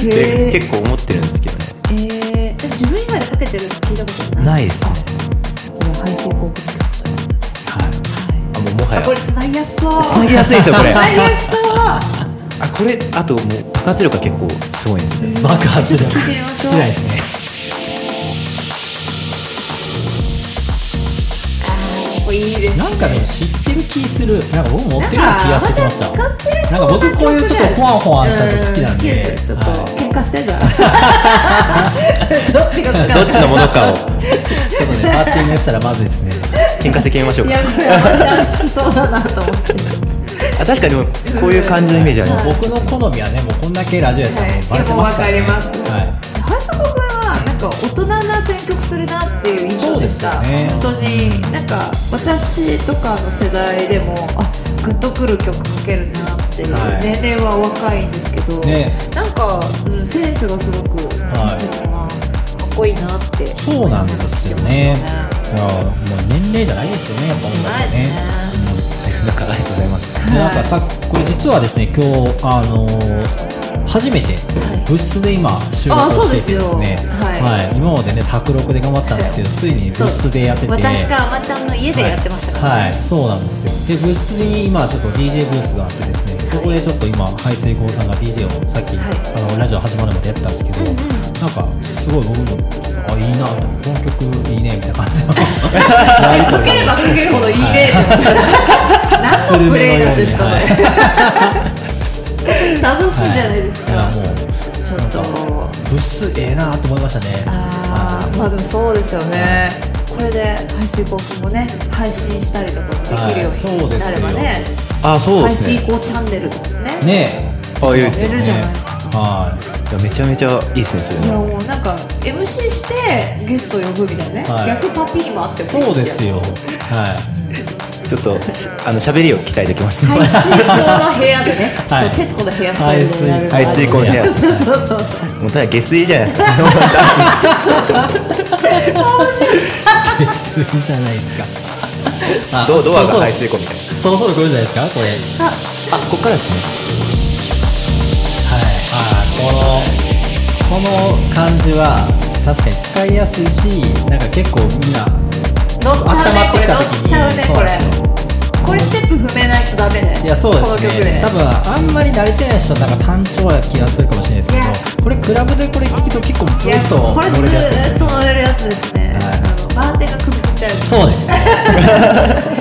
Speaker 5: で
Speaker 3: へー
Speaker 5: 結構思ってるんですけどね
Speaker 3: えー、でも自分以外でかけてるの聞いたことない
Speaker 5: ないですね
Speaker 3: 排水口区の曲ということで、はい
Speaker 5: あもうもはや
Speaker 3: あこれつなぎやすそう
Speaker 5: つなぎやすいですよこれ
Speaker 3: つなぎ
Speaker 5: あ
Speaker 3: やすそう
Speaker 5: これあともう爆発力が結構すごいん ですね
Speaker 4: 爆発
Speaker 3: ちょ
Speaker 4: 力
Speaker 3: っと聞いてみましょう
Speaker 4: 聞きたいですね
Speaker 3: これいいです
Speaker 4: なんかね知ってる気するなんか僕持ってるような気がしてきまし
Speaker 3: なんか
Speaker 4: た
Speaker 3: 使ってる
Speaker 4: なんか僕こういうちょっとホワンホワンしたの好きなんで
Speaker 3: う好きちょっと
Speaker 4: はい
Speaker 3: 喧嘩してじ ゃんどっちが使うか
Speaker 5: どっちのものかを
Speaker 4: ちょっとねバッティングしたらまずいですね
Speaker 5: 喧嘩して決めましょう
Speaker 3: い
Speaker 5: か
Speaker 3: やこれ山ちゃん好きそうだなと思って
Speaker 5: あ確かにでもこういう感じのイメージあります
Speaker 4: 僕の好みはねもうこんだけラジオやったらもうバレてますから、ね、
Speaker 3: はいもうわかります
Speaker 4: はい
Speaker 3: 林田君はなんかか大人な選曲するなっていう印象でした、
Speaker 4: そうですよね
Speaker 3: 本当になんか私とかの世代でもあグッとくる曲かけるなっていう、
Speaker 4: はい
Speaker 3: 年齢は若いんですけど、
Speaker 4: ね
Speaker 3: なんか、うんセンスがすごく、なんていうのかなかっこいいなって
Speaker 4: そうなんですよね
Speaker 3: 思いましたね
Speaker 4: いやもう年齢じゃないですよねやっぱ音楽
Speaker 3: ない
Speaker 4: は
Speaker 3: ですね
Speaker 4: ね
Speaker 5: なんかありがとうございます。
Speaker 4: でなんかさこれ実はですね今日あのー初めて物質で今収録を
Speaker 3: あそう
Speaker 4: し
Speaker 3: で
Speaker 4: て
Speaker 3: す
Speaker 4: いてで
Speaker 3: よ
Speaker 4: すね
Speaker 3: はい
Speaker 4: はい今までね卓録で頑張ったんですけどついに
Speaker 3: そう
Speaker 4: 物質でやってて
Speaker 3: 私かあまちゃんの家でやってましたからね、
Speaker 4: はい、はいそうなんですよでブースに今ちょっと DJ ブースがあってですねそこでちょっと今排水溝さんが DJ をさっき、
Speaker 3: はい
Speaker 4: あのラジオ始まるまでやってたんですけど、なんかすごい僕もあいいなとこの曲いいねみたいな感じの
Speaker 3: かければかけるほどいいねって、何のプレイ なんですか、
Speaker 4: はい
Speaker 3: ね楽しいじゃないですか、
Speaker 4: はいいやもう
Speaker 3: ちょっと
Speaker 4: ブスええなと思いましたね
Speaker 3: あーまあでもそうですよねこれで排水口君もね配信したりとかもできるよ
Speaker 4: はいそう
Speaker 3: うに
Speaker 4: ですよ
Speaker 3: なればね,、
Speaker 5: あ、そうで
Speaker 3: 排
Speaker 5: す
Speaker 3: 水
Speaker 5: ね。
Speaker 3: 口チャンネルとかもね
Speaker 4: ね
Speaker 5: あ、いいで
Speaker 3: や
Speaker 5: す
Speaker 3: れる
Speaker 5: ね。
Speaker 3: じゃないですか、
Speaker 4: はい
Speaker 5: やめちゃめちゃいいですね、それ
Speaker 3: いや
Speaker 5: ね。
Speaker 3: もうなんか MC してゲスト呼ぶみたいなね、
Speaker 4: はい
Speaker 3: 逆パティもあって
Speaker 4: い
Speaker 3: もいい
Speaker 4: そう
Speaker 3: 気
Speaker 4: で
Speaker 3: が
Speaker 4: す
Speaker 3: し
Speaker 4: よ
Speaker 3: ま
Speaker 4: は
Speaker 5: ちょっと、しあの、喋りを期待できますね。
Speaker 3: 排水口の部屋でね、
Speaker 4: はい
Speaker 3: そう徹子の部屋スタイルでやる
Speaker 5: 排水口の部屋。
Speaker 3: そうそうそう
Speaker 5: もうただ下水じゃないですか。
Speaker 4: い別にじゃないですかあ
Speaker 5: ドド
Speaker 4: そ
Speaker 5: アが
Speaker 4: ろそろ
Speaker 5: 排水口みたいな。
Speaker 4: そろそろ来るんじゃないですかこれ
Speaker 5: あ、ここからですね。
Speaker 4: はい、あーこのこの感じは確かに使いやすいしなんか結構みんな
Speaker 3: 乗っちゃうねこれ乗っちゃうね
Speaker 4: そう
Speaker 3: これこれステップ不明な人ダメね
Speaker 4: いやそうで
Speaker 3: こ
Speaker 4: すね
Speaker 3: の曲で
Speaker 4: 多分あんまり慣れてない人はなんか単調な気がするかもしれない
Speaker 3: いや
Speaker 4: ですけどこれクラブでこれ聴くと結構ず
Speaker 3: いや
Speaker 4: っと
Speaker 3: これ
Speaker 4: 乗れるや
Speaker 3: ずー
Speaker 4: つ
Speaker 3: っと乗れるやつですね
Speaker 4: はい
Speaker 3: あのバーテンが首振っちゃうやつ
Speaker 4: そ うですね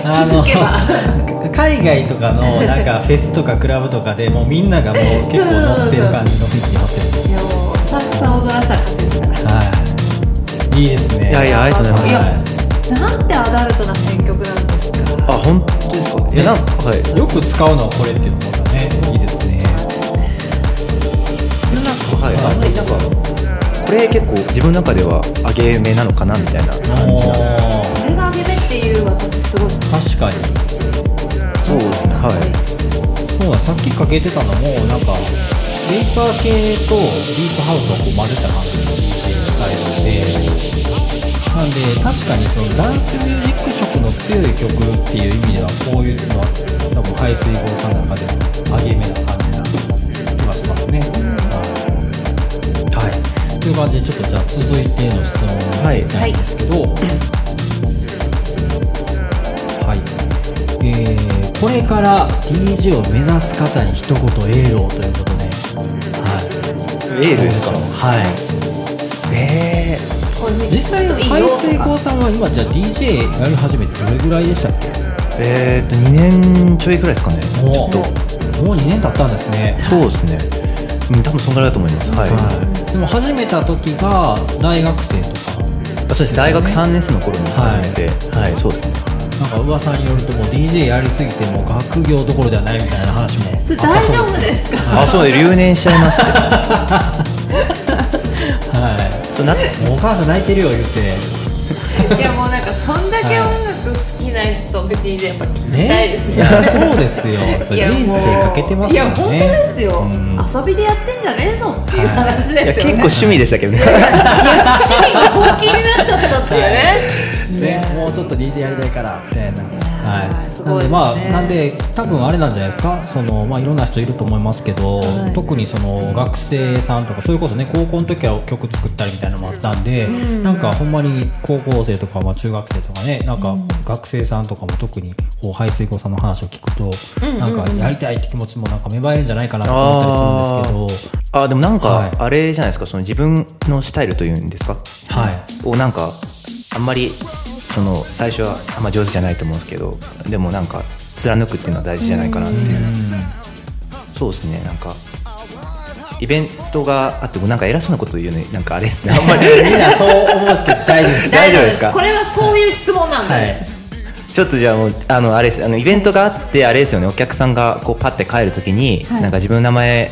Speaker 4: あの
Speaker 3: 気づ
Speaker 4: 海外とかのなんかフェスとかクラブとかでもうみんながもう結構乗ってる感じの雰囲気になってる
Speaker 3: いやもうスタッフさん踊らせたら勝ちですから
Speaker 4: はいいいですね
Speaker 5: いやいや、ありがとうござい
Speaker 3: や
Speaker 5: ま
Speaker 4: は
Speaker 3: なんてアダルトな選曲なんですか
Speaker 5: す。あ、本当ですか。いや、なんか、はい。
Speaker 4: いよく使うのはこれっていうのがねいいですね
Speaker 5: はい、あんまりなんかこれ結構自分の中では上げ目なのかなみたいな感じなんですよ
Speaker 4: お
Speaker 3: これが上げ目っていう私すごい好き
Speaker 4: ー確かに
Speaker 5: そうですねはい
Speaker 3: です
Speaker 4: そうださっきかけてたのもなんかベイパー系とディープハウスをこう混ぜた感じの DJ スタイルでなんで確かにそのダンスミュージック色の強い曲っていう意味ではこういうのは多分排水溝さんの中でも上げ目な感じな気がしますね。はい、という感じでちょっとじゃあ続いての質問になるんですけど。はい、えーこれから DJ を目指す方に一言エールをということで、はい、
Speaker 5: エールですか
Speaker 4: はい
Speaker 5: えー、
Speaker 3: こういうふうに
Speaker 4: 実際
Speaker 3: いいよ
Speaker 4: 排水溝さんは今じゃあ DJ やり始めてどれぐらいでしたっけ
Speaker 5: えー、と2年ちょいくらいですかねちょ
Speaker 4: も
Speaker 5: っと
Speaker 4: うもう2年経ったんですね、
Speaker 5: そうですねうん多分そんぐらいだと思いますはい、
Speaker 4: はい、でも始めた時が大学生とか
Speaker 5: あそうです大学3年生の頃に始めてはい、そうですね
Speaker 4: なんか噂によるともう DJ やりすぎてもう学業どころではないみたいな話もあった
Speaker 3: それ
Speaker 4: そうです
Speaker 3: 大丈夫ですか
Speaker 5: あそう留年しちゃいました
Speaker 4: はい
Speaker 5: そうな
Speaker 4: もうお母さん泣いてるよ言って
Speaker 3: いやもうなんかそんだけ音楽好きな人で DJ やっぱ聞きたいです
Speaker 4: い
Speaker 3: ね
Speaker 4: やそうですよやっぱ
Speaker 3: い
Speaker 4: 人
Speaker 3: やもう
Speaker 4: 生かけてます
Speaker 3: い
Speaker 4: よ
Speaker 3: や
Speaker 4: ね
Speaker 3: 本当ですよ、
Speaker 4: うん
Speaker 3: 遊びでやってんじゃねえぞっていう話
Speaker 5: いや
Speaker 3: です
Speaker 5: 結
Speaker 3: よね、
Speaker 5: 構趣味でしたけどね
Speaker 3: い や趣味が本気になっちゃったっていうね、
Speaker 4: ね、もうちょっと DJ やりたいからみたいな。はい、
Speaker 3: す
Speaker 4: な
Speaker 3: ご
Speaker 4: ん
Speaker 3: いです
Speaker 4: で
Speaker 3: ね
Speaker 4: まあなんで多分あれなんじゃないですかその、まあ、いろんな人いると思いますけど、
Speaker 3: い
Speaker 4: 特にその学生さんとかそれこそね高校の時は曲作ったりみたいなのもあったんで、なんかほんまに高校生とか、まあ、中学生とかねなんか学生さんとかも特にこう排水溝さんの話を聞くと、なんかやりたいって気持ちもなんか芽生えるんじゃないかなと思ったりするんですけど。
Speaker 5: あでもな
Speaker 4: は
Speaker 5: ん
Speaker 4: い
Speaker 5: かあれじゃないですかその自分のスタイルというんですか
Speaker 4: はい
Speaker 5: をなんかあんまりその最初はあんま上手じゃないと思うんですけどでもなんか貫くっていうのは大事じゃないかなっていうそうですねなんかイベントがあってもなんか偉そうなこと言うのになんかあれ ですねあんまり
Speaker 4: みんなそう思うんですけど大丈夫です。
Speaker 5: 大丈夫ですか
Speaker 3: これはそういう質問なんだ、
Speaker 4: はい
Speaker 5: ちょっとじゃあもうあのあれですあのイベントがあってあれですよねお客さんがこうパッて帰るときに、なんか自分の名前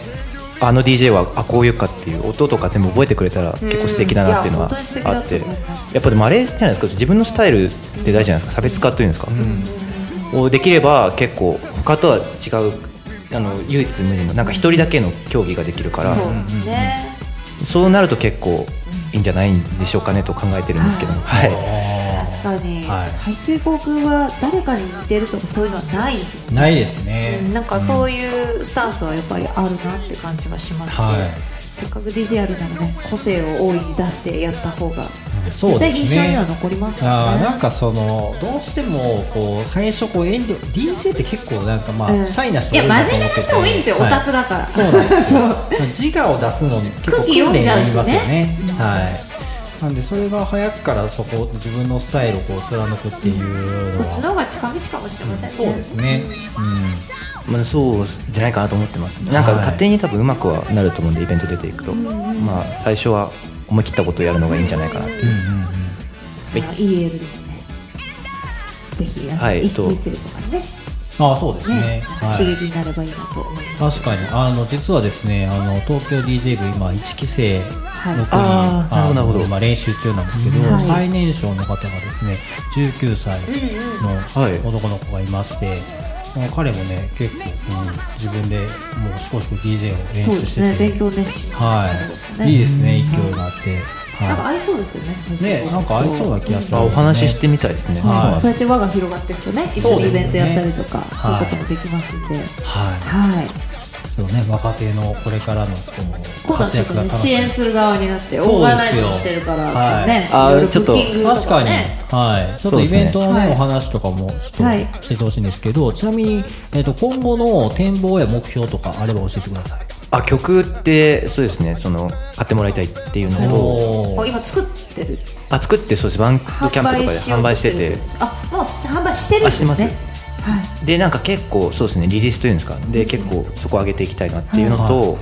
Speaker 5: あの DJ はあこういうかっていう音とか全部覚えてくれたら結構素敵だなっていうのは
Speaker 3: うんいや本当に素敵
Speaker 5: あ
Speaker 3: だ
Speaker 5: っ
Speaker 3: と
Speaker 5: て
Speaker 3: 思います
Speaker 5: やっぱでもあれじゃないですか自分のスタイルって大事じゃないですか差別化というんですか、をできれば結構他とは違うあの唯一無二のなんか一人だけの競技ができるから
Speaker 3: そうですね。
Speaker 5: そうなると結構いいんじゃないんでしょうかねと考えてるんですけども、はい、
Speaker 3: 確かに、
Speaker 4: はい
Speaker 3: 排水口くんは誰かに似てるとかそういうのはないですよね。
Speaker 4: ないですね
Speaker 3: うんなんかそういうスタンスはやっぱりあるなって感じはしますし、
Speaker 4: はい
Speaker 3: せっかく DJ やるならね個性を大いに出してやった方が
Speaker 4: そう
Speaker 3: 絶
Speaker 4: で
Speaker 3: 対
Speaker 4: すね
Speaker 3: 印象には残りますから
Speaker 4: あー
Speaker 3: ね
Speaker 4: なんかそのどうしてもこう最初こう遠慮 DJ って結構なんかまあ、
Speaker 3: うん
Speaker 4: シャイな人
Speaker 3: いや
Speaker 4: 多なと
Speaker 3: 真面
Speaker 4: 思
Speaker 3: 目
Speaker 4: っ
Speaker 3: な
Speaker 4: てて
Speaker 3: 人もいいんですよ、
Speaker 4: は
Speaker 3: オタクだから
Speaker 4: そうなんですよ自我を出すのに結構
Speaker 3: 空気読んじゃうしね
Speaker 4: 訓練になりますよねはいなんでそれが早くからそこ自分のスタイルをこう貫くっていうの
Speaker 3: そ
Speaker 4: は
Speaker 3: っちの方が近道かもしれませんね、
Speaker 4: そうですね、
Speaker 5: まあ、そうじゃないかなと思ってますなんか
Speaker 4: はい
Speaker 5: 勝手に多分うまくはなると思うんでイベント出ていくと、まあ最初は思い切ったことをやるのがいいんじゃないかなって
Speaker 4: うん、うんうんうん
Speaker 3: あいいエールですねぜひ、あの
Speaker 5: はい
Speaker 3: 一
Speaker 5: と
Speaker 3: 期生とかにね
Speaker 4: ああそうですね
Speaker 3: ね、
Speaker 4: はい
Speaker 3: 刺激になればいいなと思います
Speaker 4: 確かにあの実はですねあの東京 DJ 部今1期生の子
Speaker 3: は
Speaker 4: に、
Speaker 3: い
Speaker 5: あ
Speaker 4: あの
Speaker 5: ーなるほどなるほど
Speaker 4: 今練習中なんですけど、
Speaker 3: はい
Speaker 4: 最年少の方がですね19歳
Speaker 5: はい
Speaker 4: の男の子がいまして、まあ彼もね結構、うん自分でもう少しこう DJ を練
Speaker 3: そう
Speaker 4: 習
Speaker 3: で
Speaker 4: し
Speaker 3: す
Speaker 4: て
Speaker 3: ね
Speaker 4: て、
Speaker 3: 勉強熱心な方でした
Speaker 4: はい、いいですね勢いがあって、
Speaker 3: なんか
Speaker 4: は
Speaker 3: 合いそうですけどね。
Speaker 4: い、ねなんか合いそうな気がする、
Speaker 5: あお話ししてみたいですね、
Speaker 4: はい
Speaker 3: そうやって輪が広がっていくとね、一緒にイベントやったりとか、そう,、
Speaker 4: そう
Speaker 3: いう
Speaker 4: ですね
Speaker 3: こともできますんで。
Speaker 4: はい
Speaker 3: はい。
Speaker 4: そうね若手のこれからのこう
Speaker 3: 今度はち
Speaker 4: 活
Speaker 3: ょっ
Speaker 4: 躍
Speaker 3: と
Speaker 4: が
Speaker 3: ね、
Speaker 4: 楽し
Speaker 3: 支
Speaker 4: み
Speaker 3: 援する側になって、オ
Speaker 4: そ
Speaker 3: ー
Speaker 4: う
Speaker 3: ガ
Speaker 4: ですよ
Speaker 3: ナイズもしてるから、
Speaker 4: はい
Speaker 3: ね、
Speaker 5: あー
Speaker 3: いろいろ
Speaker 5: ちょっと
Speaker 3: ブッキングと
Speaker 4: 確
Speaker 3: か
Speaker 4: かに、
Speaker 3: ね。
Speaker 4: はい、ちょっ
Speaker 5: そう
Speaker 4: とイ
Speaker 5: ですね
Speaker 4: ベントの、ね
Speaker 3: はい
Speaker 4: お話とかもちょっと
Speaker 3: はい
Speaker 4: しててほしいんですけど、ちなみに、えっと今後の展望や目標とかあれば教えてください。
Speaker 5: あ曲ってそうですねその買ってもらいたいっていうのと
Speaker 4: お
Speaker 3: もう
Speaker 4: ー
Speaker 3: 今作ってる。
Speaker 5: あ作ってそうですバンドキャンプとか
Speaker 3: よ
Speaker 5: で
Speaker 3: う
Speaker 5: 販
Speaker 3: と
Speaker 5: 売
Speaker 3: し
Speaker 5: してて
Speaker 3: るあ、もう販売してるんで
Speaker 5: あしてますす
Speaker 3: ね。はい。
Speaker 5: でなんか結構そうですねリリースというんですかで結構そこ上げていきたいなっていうのと、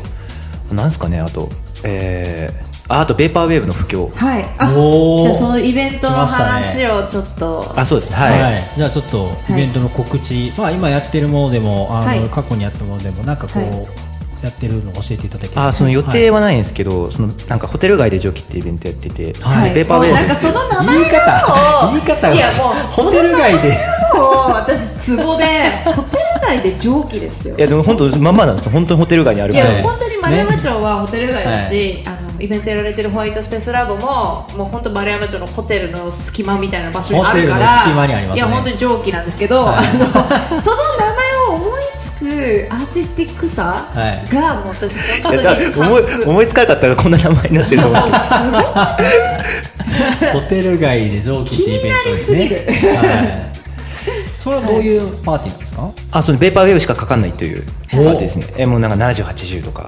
Speaker 5: なんですかねあとえー、ああとベーパーウェーブの不況
Speaker 3: はい。あ、
Speaker 4: おー
Speaker 3: じゃあそのイベントの
Speaker 4: 来ました
Speaker 3: 話
Speaker 4: ね
Speaker 3: をちょっと。
Speaker 5: あそうですね
Speaker 4: は、
Speaker 5: はいい、
Speaker 4: じゃあちょっとイベントの告知、まあ今やってるものでもあの、
Speaker 3: はい
Speaker 4: 過去にやったものでもなんかこう、
Speaker 3: は
Speaker 4: やってるのを教えていただけますか
Speaker 5: あその予定
Speaker 4: は
Speaker 5: はないんですけど、そのなんかホテル街で蒸気ってイベントやってて、
Speaker 4: はい
Speaker 5: でベーパーウェ
Speaker 3: もう
Speaker 5: ー
Speaker 3: なんか
Speaker 5: ブ
Speaker 3: その名前
Speaker 4: 言い方
Speaker 3: を
Speaker 4: 言い方が
Speaker 3: いやもう
Speaker 4: ホテル街で
Speaker 3: その名前を私ツボで ホテル街で蒸気ですよ
Speaker 5: いやでも本当まんまなんですよ本当にホテル街にある
Speaker 3: い
Speaker 5: か
Speaker 3: や、
Speaker 5: ら
Speaker 4: ね
Speaker 3: 本当に丸山町はホテル街だし、あのイベントやられてるホワイトスペースラボももう本当丸山町のホテルの隙間みたいな場所にあるから
Speaker 4: ホテルの隙間にありま
Speaker 3: い
Speaker 4: すね
Speaker 3: や本当に蒸気なんですけど、
Speaker 4: はい
Speaker 3: あのその名前を思いつくアーティスティックさ
Speaker 4: い
Speaker 3: が、もう私本
Speaker 5: いやだ
Speaker 3: 当に
Speaker 5: 思い思いつかなかったらこんな名前になってると思うんですけど
Speaker 4: ホテル街で蒸気ってイベントですね。
Speaker 3: 気になり
Speaker 4: はい、それはどういうパーティーなんですか？は
Speaker 5: あそのベーパーウェーブしかかかんないというパーティーですねえもうなんか7080とか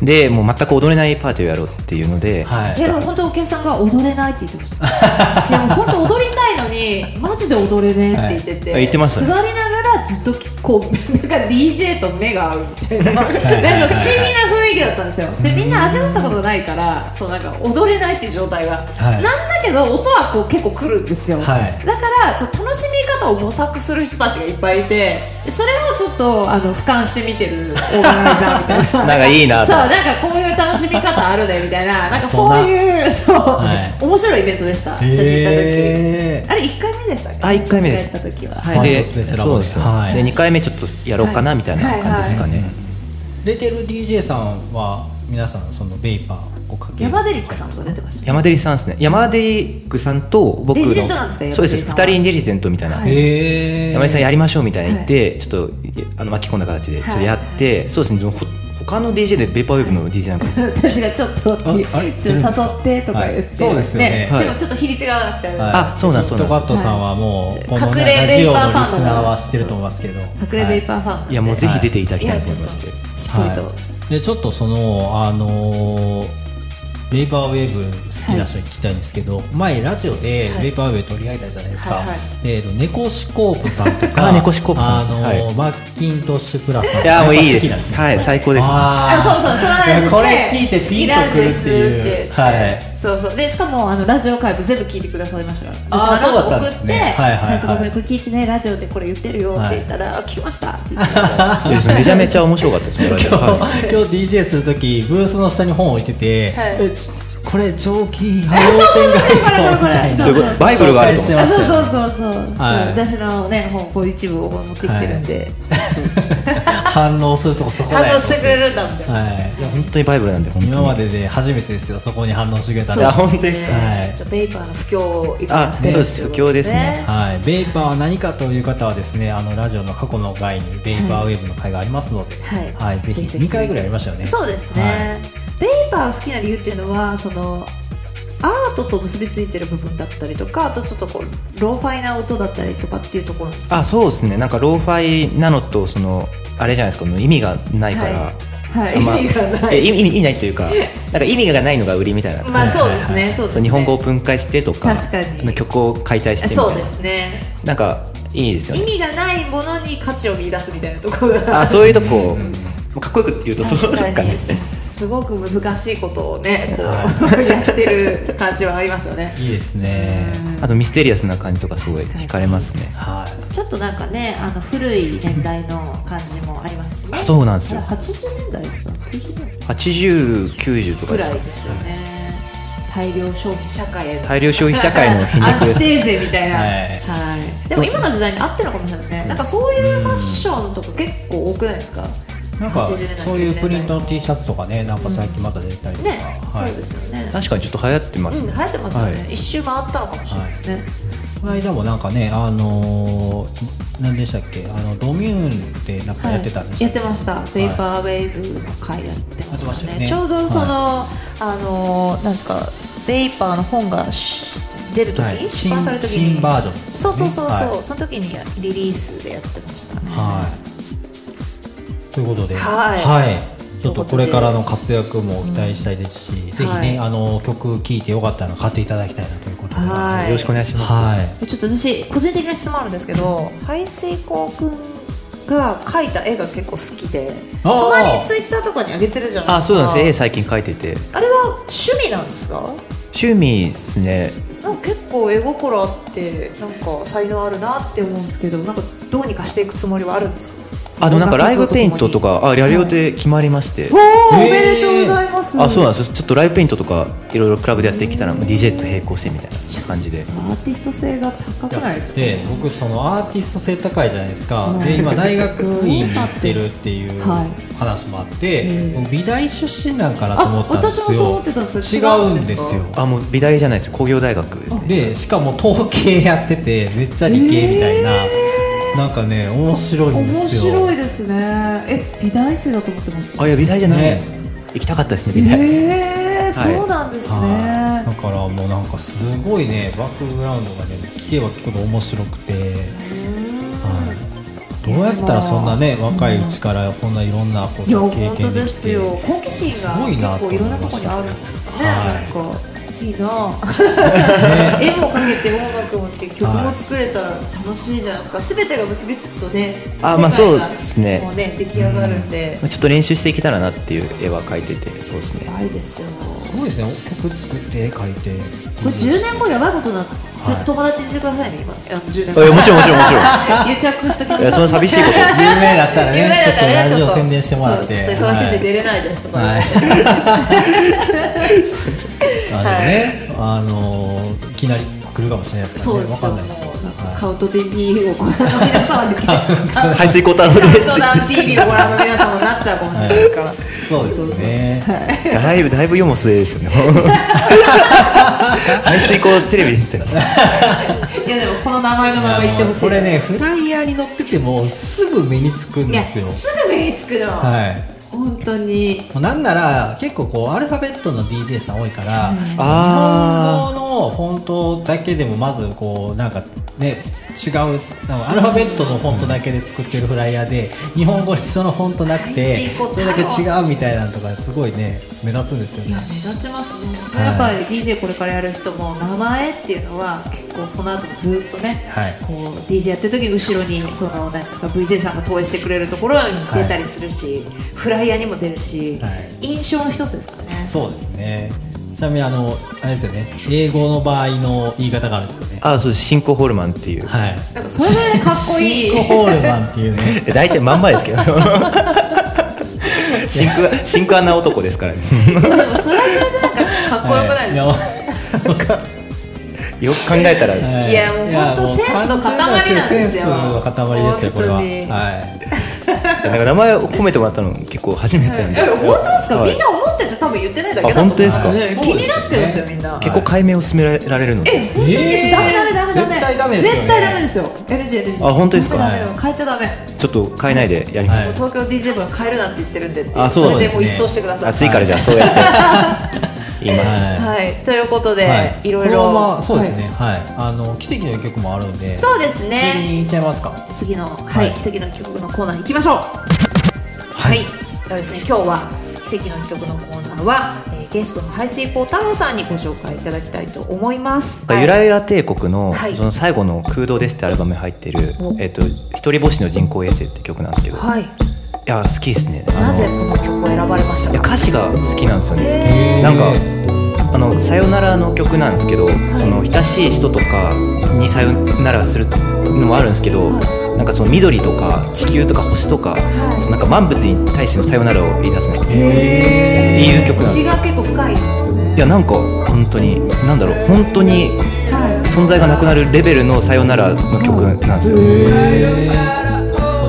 Speaker 5: でもう全く踊れないパーティーをやろうっていうので、
Speaker 4: はい
Speaker 3: やでも本当お客さんが踊れないって言ってました いやもう本当踊りたいのにマジで踊れねえって言ってて、
Speaker 5: はい言ってましたね
Speaker 3: 座りながらずっときこうなんか DJ と目が合うみたいななんか不思議
Speaker 4: はい
Speaker 3: な雰囲気だったんですよでみんな味わったことないからそうなんか踊れないっていう状態が、
Speaker 4: はい
Speaker 3: なんだけど音はこう結構くるんですよ、
Speaker 4: はい
Speaker 3: だからちょっと楽しみ方を模索する人たちがいっぱいいてそれをちょっとあの俯瞰して見てるオーガナイザーみたいな
Speaker 5: なんかいいな
Speaker 3: そ
Speaker 5: と
Speaker 3: うなんかこういう楽しみ方あるねみたい ななんかそういうそう、
Speaker 4: は
Speaker 3: 面白いイベントでした私行った時
Speaker 4: へー
Speaker 3: あれ1回目でしたっけ
Speaker 5: あ一回目です
Speaker 3: 私が行った時は、
Speaker 5: はい、
Speaker 4: ワイ
Speaker 5: で
Speaker 4: ルドスペースラ
Speaker 5: そ
Speaker 4: ボ
Speaker 5: う
Speaker 4: で
Speaker 5: ですよ、
Speaker 4: はい
Speaker 5: で2回目ちょっとやろうかなみたいな感じですかね、
Speaker 4: 出てる DJ さんは皆さんそのベイパーをかけ
Speaker 3: ヤバデリックさんとか出てました
Speaker 5: 山デリさんですね山デリックさんと僕
Speaker 3: レ
Speaker 5: の
Speaker 3: ジデントなんですか
Speaker 5: そ
Speaker 3: 山
Speaker 5: うで
Speaker 3: デリ
Speaker 5: す
Speaker 3: さん
Speaker 5: 2
Speaker 3: は
Speaker 5: 人デリジェントみたいな、
Speaker 3: はい
Speaker 4: へえ
Speaker 5: 山デリさんやりましょうみたいな言って、ちょっとあの巻き込んだ形でちょっとやって、そうですねほ他の DJ でベーパーウェーブの DJ なんか、
Speaker 3: 私がちょっとって
Speaker 4: ああれ
Speaker 3: ちょっと誘ってとか言って、
Speaker 4: はいそうですよね
Speaker 5: はい
Speaker 3: でもちょっと日にちが合わなくて、
Speaker 5: あそうなんそうなん
Speaker 4: ヒットカットさんはも
Speaker 3: はいう
Speaker 4: このラ
Speaker 3: 隠
Speaker 4: ジ
Speaker 3: れ
Speaker 4: オ
Speaker 3: ベイパー
Speaker 4: の
Speaker 3: ファンだから
Speaker 4: リスナーは知ってると思いますけど
Speaker 3: 隠れベイパーファンなんで
Speaker 5: いやもうぜひ出ていただきたいと思います、
Speaker 3: やち
Speaker 5: ね
Speaker 3: ょっとしっぽりと、
Speaker 4: はいでちょっとそのあのーベイパーウェーブ好きな人に聞きたいんですけど、前ラジオで
Speaker 3: はい
Speaker 4: ベイパーウェーブ取り上げたじゃないですか、
Speaker 3: はいはい
Speaker 4: えーとネコシコープさんとか
Speaker 5: あネコシコープさん
Speaker 4: あのー
Speaker 5: は
Speaker 4: マッキントッシュプラスさん
Speaker 5: いやもういいです
Speaker 4: やっぱ好きなん
Speaker 5: はい最高です
Speaker 4: あ
Speaker 3: あそうそうその話して
Speaker 4: これ聞いてピン
Speaker 3: 好き
Speaker 4: とくるっていう
Speaker 3: なんですってて、
Speaker 4: はい
Speaker 3: そうそうでしかもあのラジオ回も全部聞いてくださいましたから
Speaker 4: あー
Speaker 3: 私
Speaker 4: そうだったんで
Speaker 3: 送っ
Speaker 4: す
Speaker 3: て
Speaker 4: ねはいはいはい
Speaker 3: 林岡君にこれ聞いてねラジオでこれ言ってるよって言ったら、 聞きましたって言って
Speaker 5: めちゃめちゃ面白か ったですね。
Speaker 4: 今日今日 DJ するときブースの下に本置いてて、
Speaker 3: はい
Speaker 4: えちこれ蒸気波動天外
Speaker 3: そうそうそう
Speaker 4: みたいな
Speaker 3: これこれこれ
Speaker 5: バイブルがあると思
Speaker 4: 紹介
Speaker 5: う
Speaker 3: あ
Speaker 4: し
Speaker 3: そ
Speaker 4: て
Speaker 3: うそう
Speaker 4: ましたよ
Speaker 3: そうそう、
Speaker 4: はい
Speaker 3: 私のね本こう一部を持ってきてるんで、
Speaker 4: 反応するとこそこだよ
Speaker 3: 反応してくれるんだみたいな、
Speaker 4: はい
Speaker 5: 本当にバイブルなんで、本当に。
Speaker 4: 今までで初めてですよそこに反応してくれたの
Speaker 5: あ、本当ですか。
Speaker 4: はい
Speaker 3: ちょっとベイパーの不況を今
Speaker 5: あそうです不況ですね
Speaker 4: はい、ベイパーは何かという方はですねあのラジオの過去の回にベイパーウェーブの回がありますので、
Speaker 3: はい
Speaker 4: ぜひ
Speaker 3: ぜひぜひ
Speaker 4: 2回ぐらいやりましたよね
Speaker 3: そうですね、ベイパーを好きな理由っていうのはそのアートと結びついてる部分だったりとかあとちょっとこうローファイな音だったりとかっていうところなんですか
Speaker 5: あ、そうですね。なんかローファイなのと、その、あれじゃないですか、意味がないから。
Speaker 3: はい、
Speaker 5: あんま
Speaker 3: 意味がな
Speaker 5: え
Speaker 3: い
Speaker 5: 意味意味ないというか、なんか意味がないのが売りみたいな。
Speaker 3: まあそうですねそうです
Speaker 5: そ
Speaker 3: ね
Speaker 5: う日本語を分解してとか
Speaker 3: 確かに
Speaker 5: の曲を解体してみたいな
Speaker 3: そうですね
Speaker 5: なんかいいですよ
Speaker 3: 意
Speaker 5: ね
Speaker 3: 味がないものに価値を見出すみたいなところが
Speaker 5: あそういうとこかっこよく言うとそうです
Speaker 3: 確か
Speaker 5: かね
Speaker 3: にすごく難しいことをねこう
Speaker 4: は
Speaker 3: やってる感じはありますよ ね
Speaker 4: いいですね
Speaker 5: あとミステリアスな感じとかすごい
Speaker 3: 確かに
Speaker 5: 惹かれますね
Speaker 4: はい
Speaker 3: ちょっとなんかねあの古い年代の感じもありますしね
Speaker 5: あそうなんですよ
Speaker 3: あれ80年代ですか90年代
Speaker 5: 8090とか
Speaker 3: ぐ
Speaker 5: で
Speaker 3: ら
Speaker 5: す
Speaker 3: い
Speaker 5: か
Speaker 3: ですよね大量消費社会への
Speaker 5: 大量消費社会の皮肉
Speaker 3: ア
Speaker 5: で
Speaker 3: ンチ
Speaker 5: す
Speaker 3: テーゼみたいな、
Speaker 4: は
Speaker 3: はいいでも今の時代に合ってるのかもしれないですねなんかそういうファッションとか結構多くないですか
Speaker 4: なんか
Speaker 3: 80年代
Speaker 4: そういうプリントの
Speaker 3: ね、
Speaker 4: T シャツとかねなんか最近また出てたりとか、はい
Speaker 3: そうですよね、
Speaker 5: 確かにちょっと流行ってま
Speaker 3: う
Speaker 5: す
Speaker 3: ん、流
Speaker 5: ね、
Speaker 3: 行ってますよね、
Speaker 5: はい
Speaker 3: 一周回ったのかもしれないですね、
Speaker 4: この間もなんかねあのー、何でしたっけあのドミューンってなんかやってたんで
Speaker 3: は
Speaker 4: す
Speaker 3: い、やってま
Speaker 4: し
Speaker 3: した
Speaker 4: い
Speaker 3: ペーパーウェーブの回やってま
Speaker 4: やってま
Speaker 3: し
Speaker 4: し
Speaker 3: たた
Speaker 4: よ
Speaker 3: ね
Speaker 4: ね
Speaker 3: ちょうどその、あのーなんですかベイパーの本がし出る時、
Speaker 4: はい、
Speaker 3: 出
Speaker 4: 新
Speaker 3: 版される時に
Speaker 4: 新バージョンですね、
Speaker 3: そうそうそうそう、
Speaker 4: はい
Speaker 3: その時にやリリースでやってましたね
Speaker 4: はい。ということで、
Speaker 3: はい
Speaker 4: いちょっとこれからの活躍も期待したいですし、ぜひね、
Speaker 3: は
Speaker 4: あの曲聴いてよかったら買っていただきたいなということで、
Speaker 3: は
Speaker 5: よろしくお願いします、
Speaker 4: はい。
Speaker 3: ちょっと私個人的な質問あるんですけど排水口くんが描いた絵が結構好きで
Speaker 4: あー
Speaker 3: たまにツイッターとかに上げてるじゃない
Speaker 5: あ
Speaker 3: です
Speaker 5: そう
Speaker 3: か
Speaker 5: なんです絵最近描いてて
Speaker 3: あれは趣味なんですか
Speaker 5: 趣味ですね
Speaker 3: なんか結構絵心あってなんか才能あるなって思うんですけどなんかどうにかしていくつもりはあるんですか
Speaker 5: あでもなんかライブペイントとかあライブで決まりまし
Speaker 3: お
Speaker 5: て、
Speaker 3: ーお
Speaker 4: へー
Speaker 3: めでとうございます
Speaker 5: あそうなんですよちょっとライブペイントとかいろいろクラブでやってきたらもう DJ と並行してみたいな感じ
Speaker 3: ア
Speaker 5: で
Speaker 3: ーティスト性が高くないですか
Speaker 4: で僕そのアーティスト性高いじゃないですか、で今大学院に行ってるっ ていう
Speaker 3: は
Speaker 4: 話もあって、
Speaker 3: へ
Speaker 4: 僕美大出身なんかなと思ったんですよ
Speaker 3: あ私もそう思ってたんですけど
Speaker 4: 違
Speaker 3: 違
Speaker 4: う
Speaker 3: うんん
Speaker 4: で
Speaker 3: ですか
Speaker 4: すよ
Speaker 5: あもう美大じゃないです工業大学ですね
Speaker 4: でしかも統計やっててめっちゃ理系みたいな、なんかね面白いんで
Speaker 3: 面
Speaker 4: すよ
Speaker 3: 白いですねえ美大生だと思ってました
Speaker 5: あいや美大じゃない
Speaker 4: ね
Speaker 5: です、行きたかったですね美大、
Speaker 3: えー、そうなんですね、
Speaker 4: はい、だからもうなんかすごいねバックグラウンドがね聞けば聞くほど面白くて、はい、どうやったらそんなね若いうちからこんないろんなこ
Speaker 3: いや
Speaker 4: とを経
Speaker 3: 本当
Speaker 4: 験で
Speaker 3: で
Speaker 4: き
Speaker 3: す
Speaker 4: て
Speaker 3: よ好奇心
Speaker 4: すごいな
Speaker 3: が
Speaker 4: と
Speaker 3: 結
Speaker 4: 思
Speaker 3: 構
Speaker 4: い
Speaker 3: いろ
Speaker 4: まし
Speaker 3: ん
Speaker 4: た
Speaker 3: なところにあるんですかね、
Speaker 4: は
Speaker 3: なん
Speaker 4: い
Speaker 3: かいいなあ 絵も描けて音楽もって曲も作れたら楽しいじゃないですか全てが結びつくとね
Speaker 5: あまあ
Speaker 3: 世界
Speaker 5: そ
Speaker 3: が
Speaker 5: うですね
Speaker 3: もうね出来上がるんで、
Speaker 5: まあちょっと練習していけたらなっていう絵は描いててそうですね
Speaker 3: やばいですよ
Speaker 4: すごいですね曲作って書いて
Speaker 3: これ10年後やばいことだって、
Speaker 4: はい
Speaker 3: 友達にしてくださいね今あの10年
Speaker 5: あ
Speaker 3: 後
Speaker 5: いやもちろんもちろんもちろん
Speaker 3: 癒着しときま
Speaker 5: いや
Speaker 3: しょ
Speaker 5: その
Speaker 3: う
Speaker 5: 寂しいこ
Speaker 4: 有名 だったら
Speaker 3: 夢
Speaker 4: ね
Speaker 3: だ
Speaker 4: ちょ
Speaker 3: っ
Speaker 4: ったと
Speaker 3: らねち
Speaker 4: ラジ
Speaker 3: ょっ
Speaker 4: オ
Speaker 3: と
Speaker 4: 宣伝してもらって
Speaker 3: そうちょっと忙しいんで出
Speaker 4: はい
Speaker 3: れないですとか、
Speaker 4: はいあのね、あのいきなり来るかもしれないですか
Speaker 3: そう
Speaker 4: ら
Speaker 3: で
Speaker 4: ねわ
Speaker 3: す
Speaker 4: か
Speaker 3: よ
Speaker 4: ん
Speaker 3: も
Speaker 4: ないですけ
Speaker 3: う
Speaker 4: ど
Speaker 3: なんか
Speaker 4: はい
Speaker 3: カウト TV をご覧の皆様で
Speaker 5: と 排水口太郎です
Speaker 3: カウントダウン TV をご覧の皆様になっちゃうかもしれないから、
Speaker 4: そうですね
Speaker 5: だいぶだいぶ世も末ですよね 排水口テレビで言って
Speaker 3: い、やでもこの名前のまま言ってほしい
Speaker 4: これねフライヤーに載っててもすぐ目につくん
Speaker 3: い
Speaker 4: で
Speaker 3: や
Speaker 4: すよ
Speaker 3: すぐ目につくの、
Speaker 4: はい
Speaker 3: 本当に
Speaker 4: もうなんなら結構こうアルファベットの DJ さん多いから、日
Speaker 5: あ
Speaker 4: 本語のフォントだけでもまずこうなんかね違うなんかアルファベットのフォントだけで作ってるフライヤーで日本語にそのフォントなくて
Speaker 3: 最高
Speaker 4: それだけ違うみたいなのとかすごいね目立つんですよ
Speaker 3: いや
Speaker 4: ね。
Speaker 3: 目立ちますね、
Speaker 4: はい
Speaker 3: やっぱり DJ これからやる人も名前っていうのは結構その後もずっとね、
Speaker 4: はい
Speaker 3: こう DJ やってる時に後ろにそのなんですか VJ さんが投影してくれるところに出たりするし、フライヤーにも出るし、
Speaker 4: はい
Speaker 3: 印象の一つですからね
Speaker 4: そうですね。じなみにあのあれですよね英語の場合の言い方があるんですよね
Speaker 5: あそうですシンコホルマンっていう
Speaker 4: はい
Speaker 3: なんかそれぐらいかっこいい
Speaker 4: シンコホールマンっていうね
Speaker 5: え大体まんまですけど シンクシンク穴男ですからね
Speaker 3: でもそれはそれでなんかかっこよくないですか、
Speaker 5: よく考えたら、
Speaker 4: はい
Speaker 3: やもう本当
Speaker 4: いやもう
Speaker 3: センスの塊なんですよ
Speaker 4: センスの塊ですよこれは
Speaker 3: 本当に
Speaker 4: は
Speaker 5: なんか名前を褒めてもらったの結構初めてなんで、
Speaker 3: え本当ですか、
Speaker 5: はい
Speaker 3: みんな思ってて多分言ってないだけだと
Speaker 5: あ
Speaker 3: 思う
Speaker 5: 本当ですか
Speaker 3: ね気になってますよみんな
Speaker 5: 結構解明を進められるので
Speaker 3: 本当にですダメダメダメダメ
Speaker 4: 絶対ダメですよね
Speaker 3: 絶対ダメですよ LG LG
Speaker 5: あ本当ですか
Speaker 3: ダメダメ変えちゃダメ
Speaker 5: ちょっと変えないでやります、
Speaker 4: は
Speaker 3: 東京 DJ 部は変えるなって言ってるんでって
Speaker 5: あそう
Speaker 3: そ
Speaker 5: なんで
Speaker 3: れ
Speaker 5: すね
Speaker 3: でもう一掃してください
Speaker 5: 暑いからじゃあそうやって言います、
Speaker 4: はい
Speaker 3: はいということで、い、ろい
Speaker 4: こ
Speaker 3: ろ
Speaker 4: のままそうですねはい、あの奇跡の曲もあるんで
Speaker 3: そうです
Speaker 4: 次
Speaker 3: ね
Speaker 4: に行っちゃいますか
Speaker 3: 次の、はい
Speaker 4: はい
Speaker 3: 奇跡の曲のコーナー行きましょうはい、ではですね今日は奇跡の曲のコーナーは、えーゲストの排水口太郎さんにご紹介いただきたいと思います、
Speaker 5: ゆらゆら帝国の,、
Speaker 3: はい
Speaker 5: その最後の「空洞です」ってアルバムに入ってる
Speaker 3: お
Speaker 5: 「えっと一人星の人工衛星」って曲なんですけど、
Speaker 3: はい、
Speaker 5: いや好きですねあの
Speaker 3: なぜこの曲を選ばれました
Speaker 5: いや
Speaker 3: か
Speaker 5: 歌詞が好きなんですよね
Speaker 3: へ
Speaker 5: なんかあの「さよなら」の曲なんですけど、その親しい人とかにさよならするのもあるんですけ
Speaker 3: は
Speaker 5: ど、なんかその緑とか地球とか星とか、
Speaker 3: い
Speaker 5: そのなんか万物に対してのさよならを言い出すね、
Speaker 4: へ
Speaker 5: いい曲なん
Speaker 3: 詩
Speaker 5: で
Speaker 3: が結構深いですね
Speaker 5: いやなんか本当になんだろう本当に
Speaker 3: は
Speaker 5: 存在がなくなるレベルのさよならの曲なんですよ、
Speaker 4: へー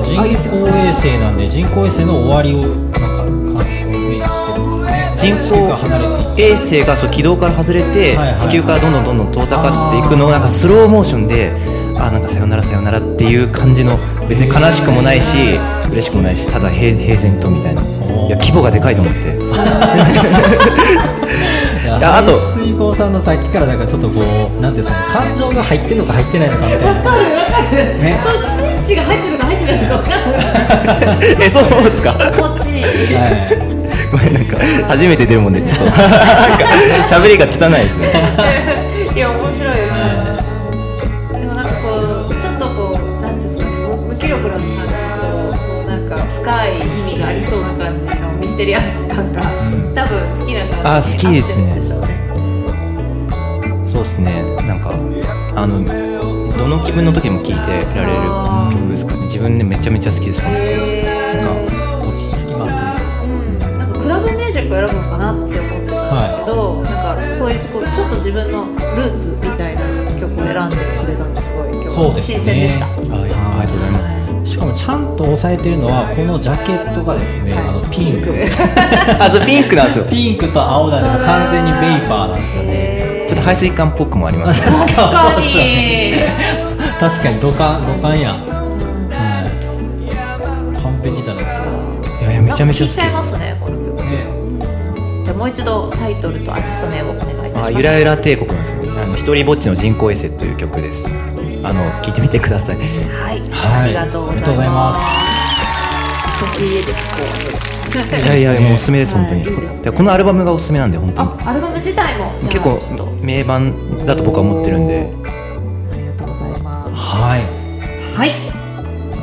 Speaker 4: 人工衛星なんで人工衛星の終わりをなんか感覚をイメージしてるんですね
Speaker 5: 人
Speaker 4: 地球
Speaker 5: 工
Speaker 4: が離れていっ
Speaker 5: 衛星がそう軌道から外れて
Speaker 4: はいはい
Speaker 5: 地球からどんどんどんどん遠ざかっていくのをなんかスローモーションであーなんかさよならさよならっていう感じの別に悲しくもないし嬉しくもないしただ平平然とみたいない
Speaker 4: おー
Speaker 5: や規模がでかいと思って
Speaker 4: いや
Speaker 5: いやあと
Speaker 4: 水郷さんのさっきからなんかちょっとこうなんていうんですかね感情が入ってんのか入ってないのかみたいなかる
Speaker 3: い、
Speaker 4: ね
Speaker 3: そうスイッチが入ってるのか入ってないのか分かんない
Speaker 5: えそうですか
Speaker 3: 心地いい
Speaker 4: は
Speaker 5: ごめんなんか初めて出るもんでちょっとなんか喋りがつたないですよね
Speaker 3: いや面白いです、ね
Speaker 4: い
Speaker 3: でもなんかこうちょっとこうなんていうんですかね無無気力な感じとこうなんか深い意味がありそうな感じのミステリアス感が、
Speaker 4: うん
Speaker 3: 多分好きな
Speaker 5: あ
Speaker 3: 感じ
Speaker 5: 好きですね
Speaker 3: 合ってるんでしょうね
Speaker 5: そうですねなんかあのどの気分の時も聴いてられ
Speaker 3: あ
Speaker 5: る曲ですかね自分でめちゃめちゃ好きです本
Speaker 3: へ
Speaker 4: 落ち着きますね
Speaker 3: ーなんかクラブミュージックを選ぶのかなって思ってたんですけど、なんかそういうとこちょっと自分のルーツみたいな曲を選んでくれたんですごい今
Speaker 4: そう
Speaker 3: 日
Speaker 4: ですね
Speaker 3: 新鮮でした。
Speaker 5: 当にあーありがとうございます
Speaker 4: しかもちゃんと押さえてるのはこのジャケットがですね、あのピンク
Speaker 5: あ、そうピンクなんですよ。 ちょ
Speaker 4: ピンクと青だね完全にベイパーなんですよね
Speaker 5: っと排水管っぽくもあります。
Speaker 3: 確かに
Speaker 4: 確かに土管土管や、はい、完璧じゃないですか
Speaker 5: いやいや、めちゃめちゃ
Speaker 3: 聞いちゃいま
Speaker 5: 好き
Speaker 3: すねこの曲
Speaker 4: ね
Speaker 3: じゃあもう一度タイトルとアーティスト名をお願いいたしま
Speaker 5: あ、
Speaker 3: す
Speaker 5: ゆらゆら帝国なんですよ。あの、一人ぼっちの人工衛星という曲です。あの、聞いてみてください。
Speaker 3: はい、
Speaker 4: は
Speaker 3: あ
Speaker 4: い
Speaker 3: りがとうござ
Speaker 4: ありがとう
Speaker 3: い
Speaker 4: ござい
Speaker 3: ま
Speaker 4: ます
Speaker 3: 私
Speaker 4: す
Speaker 3: 家で聞こ
Speaker 5: いやいや、もうおすすめです、本当に。
Speaker 3: はいいいですね
Speaker 5: でこのアルバムがおすすめなんで、本
Speaker 3: う
Speaker 5: 当に。
Speaker 3: あアルバム自体もじ
Speaker 5: 結
Speaker 3: ゃあちょっと
Speaker 5: 構名盤だと僕は思ってるんで。
Speaker 3: ありがとうございま
Speaker 4: はい
Speaker 3: すはい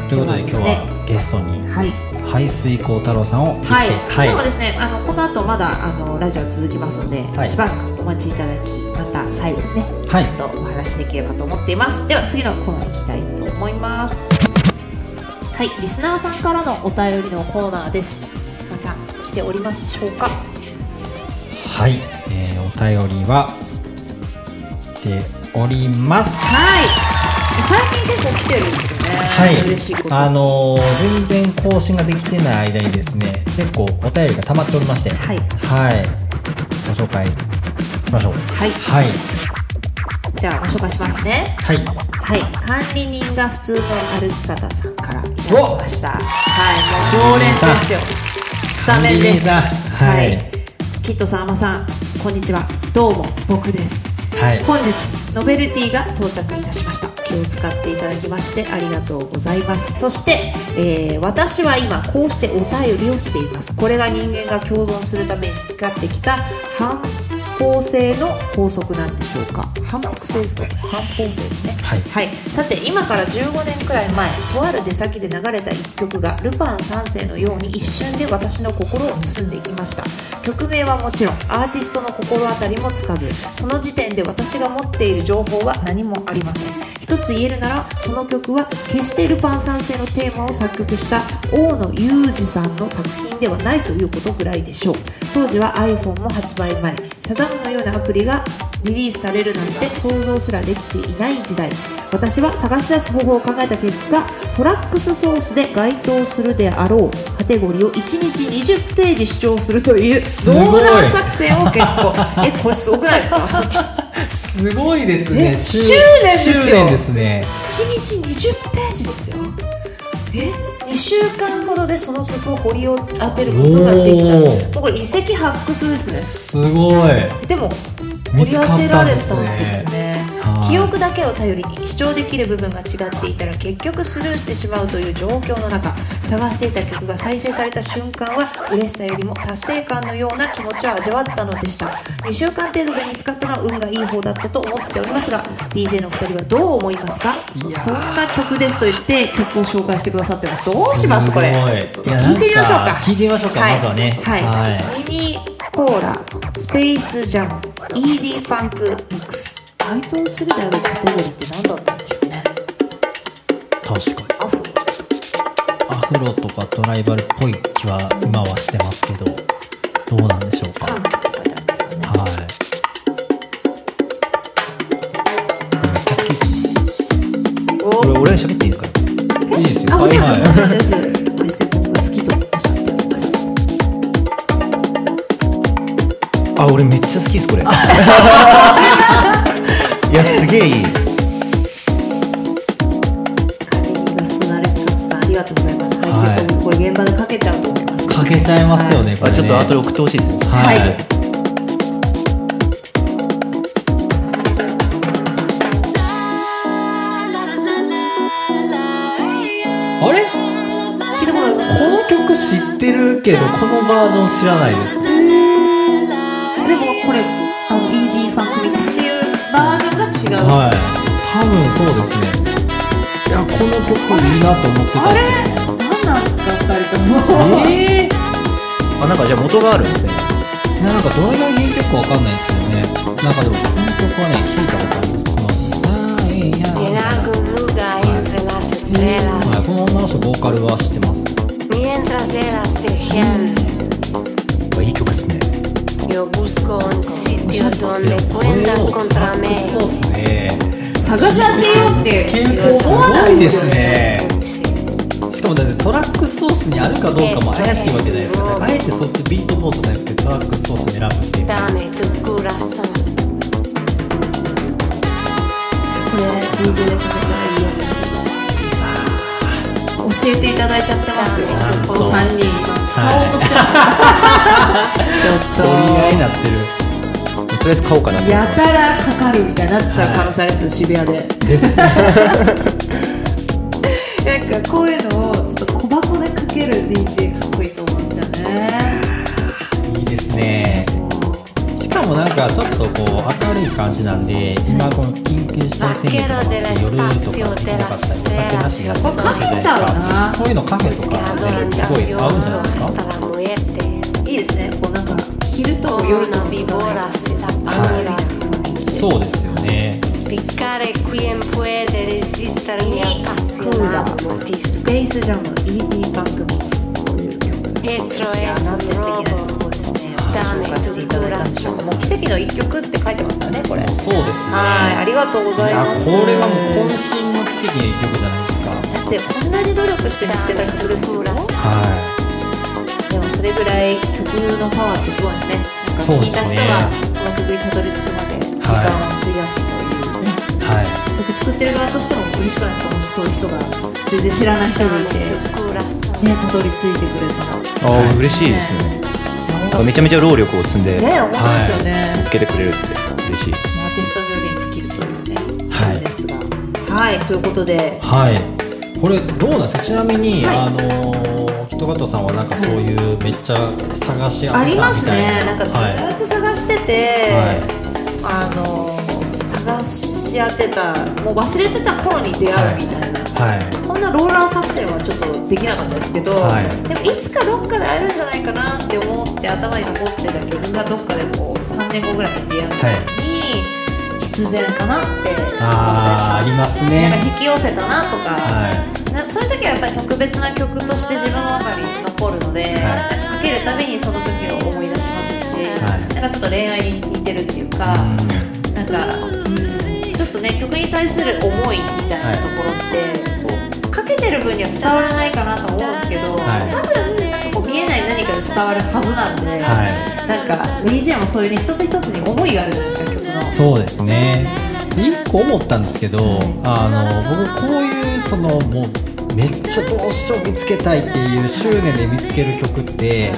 Speaker 4: ということで
Speaker 3: では
Speaker 4: 今日
Speaker 3: ですね
Speaker 4: はゲストに
Speaker 3: はい、
Speaker 4: 排水光太郎さんをゲ
Speaker 3: はい
Speaker 4: ストにはい、
Speaker 3: 今日はですねあのこの後まだあのラジオは続きますので、
Speaker 4: はい
Speaker 3: しばらくお待ちいただきまた最後にね
Speaker 4: はい
Speaker 3: ちょっとお話しできればと思っていますでは次のコーナーに行きたいと思いますはいリスナーさんからのお便りのコーナーですまーちゃん来ておりますでしょうか
Speaker 4: はい、えー、お便りは来ております。
Speaker 3: はい。最近結構来てるんですよね。
Speaker 4: はい
Speaker 3: 嬉しいこ、と。
Speaker 4: あのー全然更新ができてない間にですね、結構お便りが溜まっておりまして、
Speaker 3: はい
Speaker 4: はい、ご紹介しましょう。
Speaker 3: はい。
Speaker 4: はい、
Speaker 3: じゃあご紹介しますね。
Speaker 4: はい、
Speaker 3: はい。管理人が普通の歩き方さんからいただきました。はい。もう常連ですよ。スタメンです。
Speaker 4: 管理人さん
Speaker 3: は
Speaker 4: はい
Speaker 3: い。キットさん、あまさん、こんにちは。どうも、僕です。
Speaker 4: はい、
Speaker 3: 本日ノベルティが到着いたしました気を使っていただきましてありがとうございますそして、えー私は今こうしてお便りをしていますこれが人間が共存するために培ってきた反方性の法則なんでしょうか反復性ですかこれ反方性ですね
Speaker 4: はい
Speaker 3: はい、さて今から15年くらい前とある出先で流れた一曲がルパン三世のように一瞬で私の心を盗んでいきました曲名はもちろんアーティストの心当たりもつかずその時点で私が持っている情報は何もありません一つ言えるならその曲は決してルパン三世のテーマを作曲した大野裕二さんの作品ではないということぐらいでしょう当時は iPhone も発売前シャザムのようなアプリがリリースされるなんて想像すらできていない時代私は探し出す方法を考えた結果トラックスソースで該当するであろうカテゴリーを1日20ページ視聴するという
Speaker 4: すごい
Speaker 3: 動乱作戦を結構えこれすごくないですか
Speaker 4: すごいです
Speaker 3: ね
Speaker 4: ね。
Speaker 3: 執念ですよ
Speaker 4: 執念ですね。
Speaker 3: 1日20ページですよえ2週間ほどでその曲を掘り当てることができた
Speaker 4: お
Speaker 3: も
Speaker 4: ー
Speaker 3: うこれ遺跡発掘ですね
Speaker 4: すごい。
Speaker 3: でも掘
Speaker 4: 見
Speaker 3: り
Speaker 4: つ
Speaker 3: 当
Speaker 4: か
Speaker 3: て
Speaker 4: っ
Speaker 3: ら
Speaker 4: た
Speaker 3: れ
Speaker 4: んで
Speaker 3: た
Speaker 4: す
Speaker 3: んです
Speaker 4: ね。
Speaker 3: ね
Speaker 4: はい
Speaker 3: 記憶だけを頼りに視聴できる部分が違っていたら結局スルーしてしまうという状況の中探していた曲が再生された瞬間は嬉しさよりも達成感のような気持ちを味わったのでした2週間程度で見つかったのは運がいい方だったと思っておりますが DJ のお二人はどう思いますか
Speaker 4: いやー
Speaker 3: そんな曲ですと言って曲を紹介してくださってますどうしますこれ
Speaker 4: すごい
Speaker 3: じゃあ聞いてみましょうか
Speaker 4: いやなんか聞いてみましょうか
Speaker 3: い
Speaker 4: まずはね
Speaker 3: はい、
Speaker 4: はい
Speaker 3: ミニコーラ、スペースジャム、ED ファンクミックス。該当するであろうカテゴリーって何だったんでしょうね。
Speaker 4: 確かに。
Speaker 3: アフロ。
Speaker 4: アフロとかトライバルっぽい気は今はしてますけど、どうなんでしょうか。
Speaker 3: ファンクって書いてあるんですよね。
Speaker 4: はい。
Speaker 5: めっちゃ好きですね
Speaker 3: お
Speaker 5: これ俺ら喋っていいですか
Speaker 4: いいですよ。
Speaker 3: あ、もちろんです、も
Speaker 4: は
Speaker 3: ちろんです。アイセポンが好きとおっしゃっております。
Speaker 5: あ俺めっちゃ好きです これいやすげえいい
Speaker 3: カレーが普通のあれ、カズさんありがとうございます。
Speaker 4: い
Speaker 3: アイセポンこれ現場でかけちゃうと思います。
Speaker 4: いかけちゃいますよね。これ
Speaker 5: あ
Speaker 4: ね
Speaker 5: ちょっと後で送ってほしいですね
Speaker 4: はい。
Speaker 3: はい
Speaker 4: あれ
Speaker 3: 聞いたことあります
Speaker 4: この曲知ってるけどこのバージョン知らないですね
Speaker 3: でもこれ、あの ED ファンクミックスっていうバージョンが違う。
Speaker 4: はい多分そうですねいやこの曲いいなと思ってた
Speaker 3: あ
Speaker 4: ん
Speaker 3: れ
Speaker 4: ですけど
Speaker 3: 何なんですか二人とも。
Speaker 4: え
Speaker 5: あなんかじゃあ元があるんですね
Speaker 4: ー、なんかどれが原曲かわかんないですけどねなんかでもこの曲はね聴いたことありますこのあーいいなー
Speaker 1: En
Speaker 4: みたいな
Speaker 1: algún lugar entre las estrellas,
Speaker 4: はい、この女の人ボーカルは知ってます
Speaker 1: mientras eras tejían,
Speaker 5: いい曲ですね
Speaker 1: yo busco un sitio
Speaker 4: いや
Speaker 1: donde
Speaker 4: これ
Speaker 1: cuentas
Speaker 4: を
Speaker 1: contra
Speaker 4: 隠
Speaker 1: mí.
Speaker 4: そうっすね
Speaker 3: 探し当てようって
Speaker 4: 健康すごいですねしかもだってトラックソースにあるかどうかも怪しいわけじゃないですかだからあえてそうやってビートボードじゃなくてトラックソースを選ぶっていう
Speaker 1: Dame tu corazón.
Speaker 3: これ DJ でかけたらいいやつです教えていただいちゃってますよ
Speaker 4: なんと
Speaker 3: この三人使おうとしてます、
Speaker 4: 取り合いになってる
Speaker 5: とりあえず買おうかなと
Speaker 3: ちょっとやたらかかるみたいになっちゃう可能性 あるやつ渋谷で
Speaker 4: ですね
Speaker 3: なんかこういうのをちょっと小箱でかける DJ かっこいいと思うんですよね
Speaker 4: いいですねしかもなんかちょっとこう明るい感じなんで今この緊急事態宣言とかって夜とか行けなかったりお酒なしだったりするじゃないですかこういうのカフェとかねすごい合うんじゃないですか
Speaker 1: hasta la muerte.
Speaker 3: いいですねこうなんか昼と夜
Speaker 1: Como
Speaker 3: の
Speaker 1: una
Speaker 3: 使わ
Speaker 1: víbora
Speaker 3: ない
Speaker 1: se apura.
Speaker 4: そうですよね
Speaker 1: Picare quien puede resistir mi apasionado
Speaker 3: ス
Speaker 1: mordisco.
Speaker 3: ペースジャム ED バックミックスという曲だそうで
Speaker 1: えー
Speaker 3: すいやなんて素敵な曲をですね
Speaker 1: ダメ
Speaker 3: 紹介していただいたんでしょうかもう奇跡の一曲って書いてますからねこれ
Speaker 4: もうそうですね
Speaker 3: はいありがとうございます
Speaker 4: やこれはもう渾身の奇跡の一曲じゃないですか
Speaker 3: だってこんなに努力して見つけた曲ですよでも
Speaker 4: は
Speaker 3: それぐらい曲のパワーってすごいですねなんか
Speaker 4: そう
Speaker 3: 聴
Speaker 4: で
Speaker 3: い
Speaker 4: す
Speaker 3: た
Speaker 4: ね
Speaker 3: 人がその曲にたどり着くまで時間を費やすというね、
Speaker 4: いは
Speaker 3: 曲作ってる側としても嬉しくないですかもしそういう人が全然知らない人でい
Speaker 1: Dame
Speaker 3: て
Speaker 1: tu corazón.
Speaker 3: ねたどり着いてくれたら
Speaker 5: あー嬉しいですよねめちゃめちゃ労力を積んで
Speaker 3: ね思いますよね、
Speaker 5: 見つけてくれるって嬉しい
Speaker 3: アーティスト冥利に尽きるというね、
Speaker 4: はい
Speaker 3: ことですが。はい、ということで、
Speaker 4: いはいこれどうなんですかちなみに、
Speaker 3: はい
Speaker 4: あのー一トガットさんはなんかそういうめっちゃ探し当
Speaker 3: あ
Speaker 4: て
Speaker 3: り
Speaker 4: た
Speaker 3: ま
Speaker 4: み
Speaker 3: す
Speaker 4: た
Speaker 3: ね
Speaker 4: い
Speaker 3: な
Speaker 4: な
Speaker 3: んかず
Speaker 4: は
Speaker 3: ーっと探してて、あの探し当てたもう忘れてた頃に出会うみたいな、
Speaker 4: い、はい
Speaker 3: こんなローラー作戦はちょっとできなかったですけど、
Speaker 4: はい
Speaker 3: でもいつかどっかで会えるんじゃないかなって思って頭に残ってた曲がどっかでこう3年後ぐらいに出会った時に、必然かなって思ったりし
Speaker 4: あーありますね
Speaker 3: なんか引き寄せたなとか、
Speaker 4: は
Speaker 3: なそういう時はやっぱり特別な曲として自分の中に残るので、かけるたびにその時を思い出しますし、
Speaker 4: はい
Speaker 3: なんかちょっと恋愛に似てるっていうか、
Speaker 4: い
Speaker 3: なんか、うん、ちょっとね曲に対する思いみたいなところって、こうかけてる分には伝わらないかなと思うんですけど、
Speaker 4: はい
Speaker 3: 多分なんかこう見えない何かで伝わるはずなんで、
Speaker 4: うんはい
Speaker 3: なんか DJ もそういうね一つ一つに思いがあるじゃないですか曲の。
Speaker 4: そうですねで一個思ったんですけどあの僕こういうそのもうめっちゃどうしよう見つけたいっていう執念で見つける曲って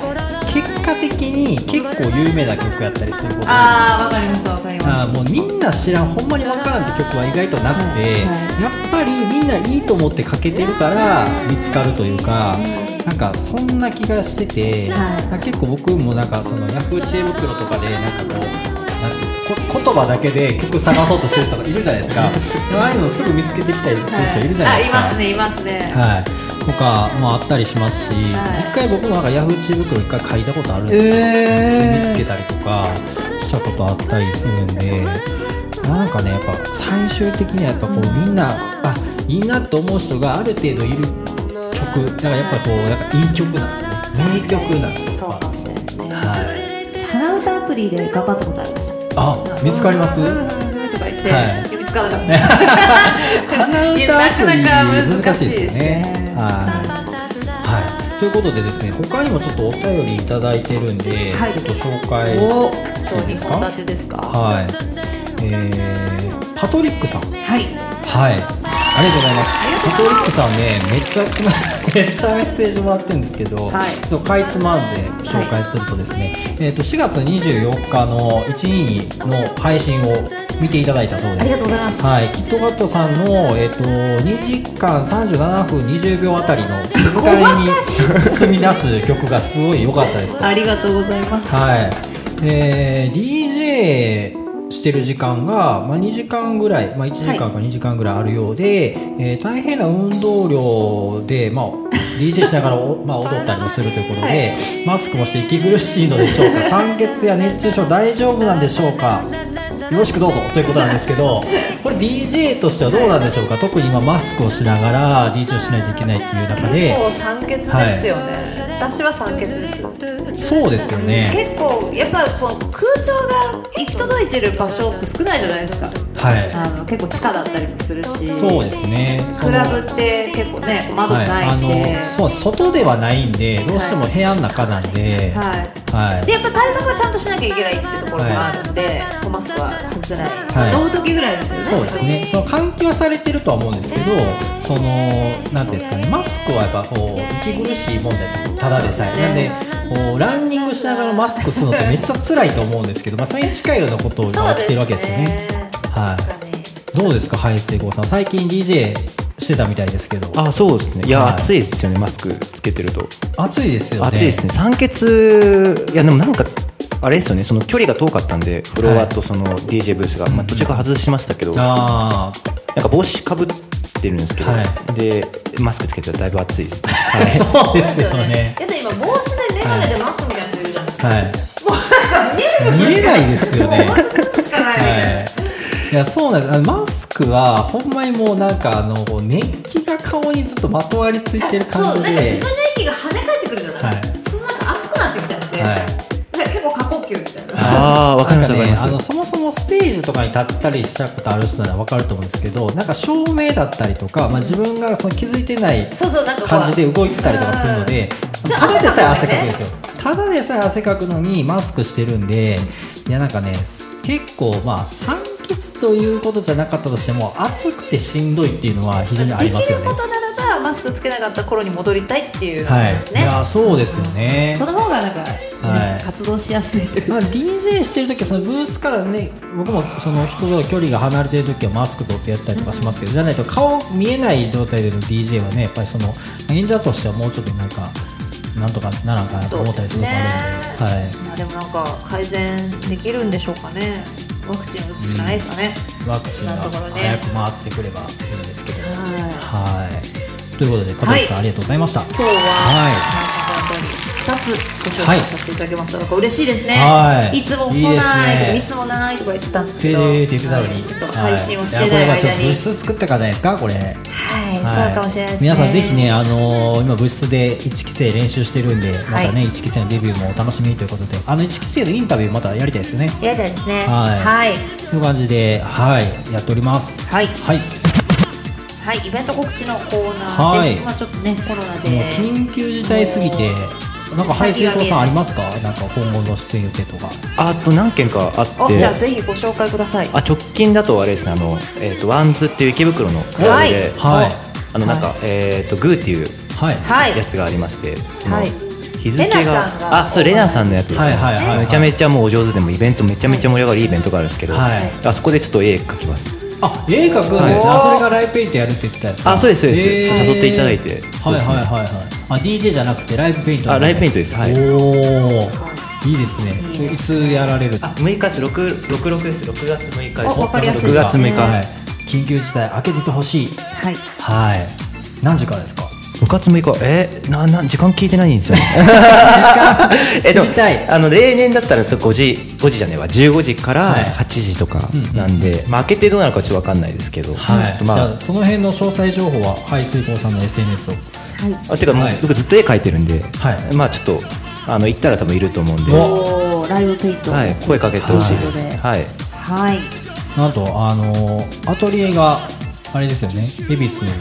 Speaker 4: 結果的に結構有名な曲やったりすることが
Speaker 3: あーわかりますわかります。
Speaker 4: あーもうみんな知らんほんまにわからんって曲は意外となくて、
Speaker 3: は
Speaker 4: やっぱりみんないいと思ってかけてるから見つかるというか、なんかそんな気がしてて、
Speaker 3: はい
Speaker 4: なんか結構僕もなんかそのヤフー知恵袋とかでなんかこう。なんていうんですかこ言葉だけで曲探そうとしてる人がいるじゃないで すかでもああいうのすぐ見つけてきたりする人いるじゃないですか、
Speaker 3: あいますねいますね。
Speaker 4: はい、とかもあったりしますし、
Speaker 3: はい
Speaker 4: 一回僕もなんかヤフー知恵袋一回書いたことあるんですよ、
Speaker 3: え
Speaker 4: 見つけたりとかしたことあったりするんでなんかねやっぱ最終的にはやっぱこうみんなあいいなと思う人がある程度いる曲だからやっぱこうなんかいい曲なんですよね名曲なんです
Speaker 3: そ
Speaker 4: よ
Speaker 3: う
Speaker 4: やっ
Speaker 3: かもしれないですね
Speaker 4: ぱ。はい
Speaker 3: 花歌アプリで頑張ったことありました。
Speaker 4: あ見つかります
Speaker 3: うんうんうんとか言って、
Speaker 4: はい
Speaker 3: いや見つからなかったです。いやなかなか
Speaker 4: 鼻歌アプリ難
Speaker 3: 難
Speaker 4: し
Speaker 3: し
Speaker 4: い
Speaker 3: い
Speaker 4: で
Speaker 3: ですす
Speaker 4: ね
Speaker 3: ね
Speaker 4: はい、はい、ということでですね他にもちょっとお便りいただいてるんで、
Speaker 3: はい
Speaker 4: ちょっと紹介
Speaker 3: お
Speaker 4: そ
Speaker 3: 今
Speaker 4: う
Speaker 3: 日
Speaker 4: で
Speaker 3: に
Speaker 4: すか
Speaker 3: 本立てですか。は
Speaker 4: はいえー、パトリックさん
Speaker 3: い。
Speaker 4: はい。ありがとうございます。パトリックさんね、めっちゃ、めっちゃメッセージもらってるんですけど、
Speaker 3: はい
Speaker 4: ちょっとかいつまんで紹介するとですね、えっ、と、4月24日の122の配信を見ていただいたそうです。
Speaker 3: ありがとうございます
Speaker 4: はい。キットカットさんの、えっ、と、2時間37分20秒あたりの静かに 進み出す曲がすごい良かったですと。
Speaker 3: ありがとうございます。
Speaker 4: はい、えー、DJ してる時間が、まあ、2時間ぐらい、まあ、1時間か2時間ぐらいあるようで、えー大変な運動量で、まあ、DJ しながらお、 まあ、踊ったりもするということで、マスクもして息苦しいのでしょうか酸欠や熱中症大丈夫なんでしょうかよろしくどうぞということなんです けどこれ DJ としてはどうなんでしょうか特に今マスクをしながら DJ をしないといけないっていう中で
Speaker 3: 結構酸欠ですよね。私は酸欠です。
Speaker 4: そうですよね
Speaker 3: 結構やっぱこう空調が行き届いてる場所って少ないじゃないですか。
Speaker 4: はい
Speaker 3: あの結構地下だったりもするし。
Speaker 4: そうですね
Speaker 3: クラブって結構ね窓
Speaker 4: はい、
Speaker 3: ないんで。
Speaker 4: あのそう外ではないんでどうしても部屋の中なんで、はい
Speaker 3: はい。でやっぱ対策はちゃんとしなきゃいけないっていうところもあるんで、こうマスクは外せない、
Speaker 4: はい
Speaker 3: 飲む時ぐらいですよね
Speaker 4: そうですねその換気はされてるとは思うんですけどそのなんていうんですかねマスクはやっぱこう息苦しいもんですただでさえ、なんでこうランニングしながらマスクするのってめっちゃ辛いと思うんですけど、まあ、それに近いようなことを
Speaker 3: そ
Speaker 4: や
Speaker 3: う
Speaker 4: ってるわけですよねはい
Speaker 3: 確かに
Speaker 4: どうですかハイセイゴーさん最近 DJ してたみたいですけど
Speaker 5: あそうですねいや、
Speaker 4: はい
Speaker 5: 暑いですよねマスクつけてると、
Speaker 4: 暑いですよね
Speaker 5: 暑いですね酸欠いやでもなんかあれですよねその距離が遠かったんでフロアとその DJ ブースが、まあ、途中から外しましたけど、なん
Speaker 4: ああ
Speaker 5: か帽子かぶってるんですけど、
Speaker 4: はい
Speaker 5: でマスクつけてたらだいぶ暑いです、は い
Speaker 4: そうですよね
Speaker 3: だって今帽子で眼鏡でマスクみたいな人いるじゃないですか、
Speaker 4: はい
Speaker 3: 見える
Speaker 4: 見えないですよね
Speaker 3: もうちょっとしかないみたいな、
Speaker 4: はい、いやそうなんですあのマスクはほんまにもうなんかあのこう熱気が顔にずっとまとわりついてる
Speaker 3: そう
Speaker 4: 感じ
Speaker 3: な
Speaker 4: で
Speaker 3: んか自分の息が跳ね返ってくるじゃない、
Speaker 4: はい
Speaker 3: そうするとなんか暑くなってきちゃって、
Speaker 4: はい
Speaker 3: なんか結構過呼吸みたいな
Speaker 5: ああわかります
Speaker 4: なんね
Speaker 5: わかります
Speaker 4: あのそもそもステージとかに立ったりしたことある人ならわかると思うんですけどなんか照明だったりとか、まあ、自分がその気づいてない
Speaker 3: そうそうなんかこう
Speaker 4: 感じで動いてたりとかするので
Speaker 3: うん
Speaker 4: ただでさえ汗
Speaker 3: ち
Speaker 4: か
Speaker 3: ょ
Speaker 4: くん
Speaker 3: っと汗かくよね
Speaker 4: ですよただでさえ汗かくのにマスクしてるんでいやなんかね結構まあ酸欠ということじゃなかったとしても暑くてしんどいっていうのは非常にあ
Speaker 3: で
Speaker 4: り
Speaker 3: き
Speaker 4: ますよ
Speaker 3: る
Speaker 4: ね
Speaker 3: ことならばマスクつけなかった頃に戻りたいっていうこと
Speaker 4: はい
Speaker 3: です
Speaker 4: い
Speaker 3: ね、
Speaker 4: やそうですよね
Speaker 3: その方がなんか、
Speaker 4: はい
Speaker 3: 活動しやすいというか
Speaker 4: まあ、DJ してる時はそのブースからね僕もその人と距離が離れてる時はマスク取ってやったりとかしますけど、じゃないと顔見えない状態での DJ はねやっぱりその演者としてはもうちょっとなんかなんとかならんかなと思ったりすることあるんで、
Speaker 3: まあでもなんか改善できるんでしょうかねワクチン打つしかないですかね、
Speaker 4: はい、ワクチンが
Speaker 3: 今のところね
Speaker 4: 早く回ってくればいいんですけど、
Speaker 3: はい
Speaker 4: はいということでパトリックさん、
Speaker 3: はい
Speaker 4: ありがとうございました
Speaker 3: 今日は、
Speaker 4: はい
Speaker 3: 三つご紹介させていただきました、なんか嬉しいですね、
Speaker 4: はい
Speaker 3: つも来ない
Speaker 4: いい
Speaker 3: と
Speaker 4: です
Speaker 3: か
Speaker 4: ね
Speaker 3: いつもないとか言ってたんです
Speaker 4: ペ
Speaker 3: け
Speaker 4: レ
Speaker 3: ど
Speaker 4: ーって言ってたの
Speaker 3: はい
Speaker 4: に、
Speaker 3: ちょっと配信をして
Speaker 4: は
Speaker 3: ない
Speaker 4: い
Speaker 3: 間
Speaker 4: やこれはちょっと
Speaker 3: に
Speaker 4: 物質作ったからじゃないですかこれ
Speaker 3: はい、そうかもしれないですね
Speaker 4: 皆さんぜひね、あのー今部室で1期生練習してるんでまた
Speaker 3: は
Speaker 4: ね、一1期生のデビューもお楽しみということであの1期生のインタビューまたやりたいですよね
Speaker 3: やりたいですね
Speaker 4: は
Speaker 3: は
Speaker 4: い
Speaker 3: い、
Speaker 4: という感じではいやっております
Speaker 3: はい
Speaker 4: は
Speaker 3: は
Speaker 4: い、
Speaker 3: いイベント告知のコーナーです、
Speaker 4: はい
Speaker 3: まあちょっとねコロナ
Speaker 4: もう
Speaker 3: で
Speaker 4: 緊急事態すぎてなんか配信子さんありますかなんか今後の出演予定とか
Speaker 5: あと何件かあっ
Speaker 3: お
Speaker 5: て
Speaker 3: じゃあぜひご紹介ください
Speaker 5: あ直近だとあれですねあの、えー、とワンズっていう池袋のクラブで、
Speaker 4: はい
Speaker 5: あのなんか、えっ、とグーっていう
Speaker 4: はい
Speaker 3: はい
Speaker 5: やつがありまして、その
Speaker 3: はい
Speaker 5: 日付
Speaker 3: レナち
Speaker 5: が
Speaker 3: ゃんが
Speaker 5: あそうレナさんのやつですね、
Speaker 4: はいはいはい
Speaker 5: めちゃめちゃもうお上手でもうイベントめちゃめちゃ盛り上がるいいイベントがあるんですけど、
Speaker 4: はい
Speaker 5: あそこでちょっと絵描きます
Speaker 4: あ絵描くんですねあそれがライブペイントやるって言ってたやつ
Speaker 5: あそうですそうです
Speaker 4: へー
Speaker 5: 誘っていただいて
Speaker 4: は
Speaker 5: そう
Speaker 4: い
Speaker 5: ですね
Speaker 4: はいはいはいあ DJ じゃなくてライブペイントなん
Speaker 5: あライブペイントですはい
Speaker 4: おおいいですねそれいつやられる
Speaker 5: あ6日です66です6月6日です
Speaker 3: おわかりやすい
Speaker 5: 6月6日、
Speaker 4: はい緊急事態開けててほしい
Speaker 3: はい
Speaker 4: はい何時から ですか
Speaker 5: 6月6日えー、なな時間聞いてないんですよね
Speaker 4: 知
Speaker 5: でも
Speaker 4: りたい
Speaker 5: あの例年だったらそう5時5時じゃねえわ15時から
Speaker 4: はい
Speaker 5: 8時とかなんで、まあ、開けてどうなるかちょっと分かんないですけど、
Speaker 4: はい
Speaker 5: ちょっとま
Speaker 4: じゃ
Speaker 5: あ
Speaker 4: あその辺の詳細情報は排水口さんの SNS を
Speaker 5: あてか、もう
Speaker 4: はい
Speaker 5: 僕ずっと絵描いてるんで、
Speaker 4: はい
Speaker 5: まあちょっとあの行ったら多分いると思うんで、は
Speaker 3: おーライブペイント
Speaker 5: い、声かけてほしいです、はい
Speaker 3: はい
Speaker 4: なんとあのーアトリエがあれですよね恵比寿の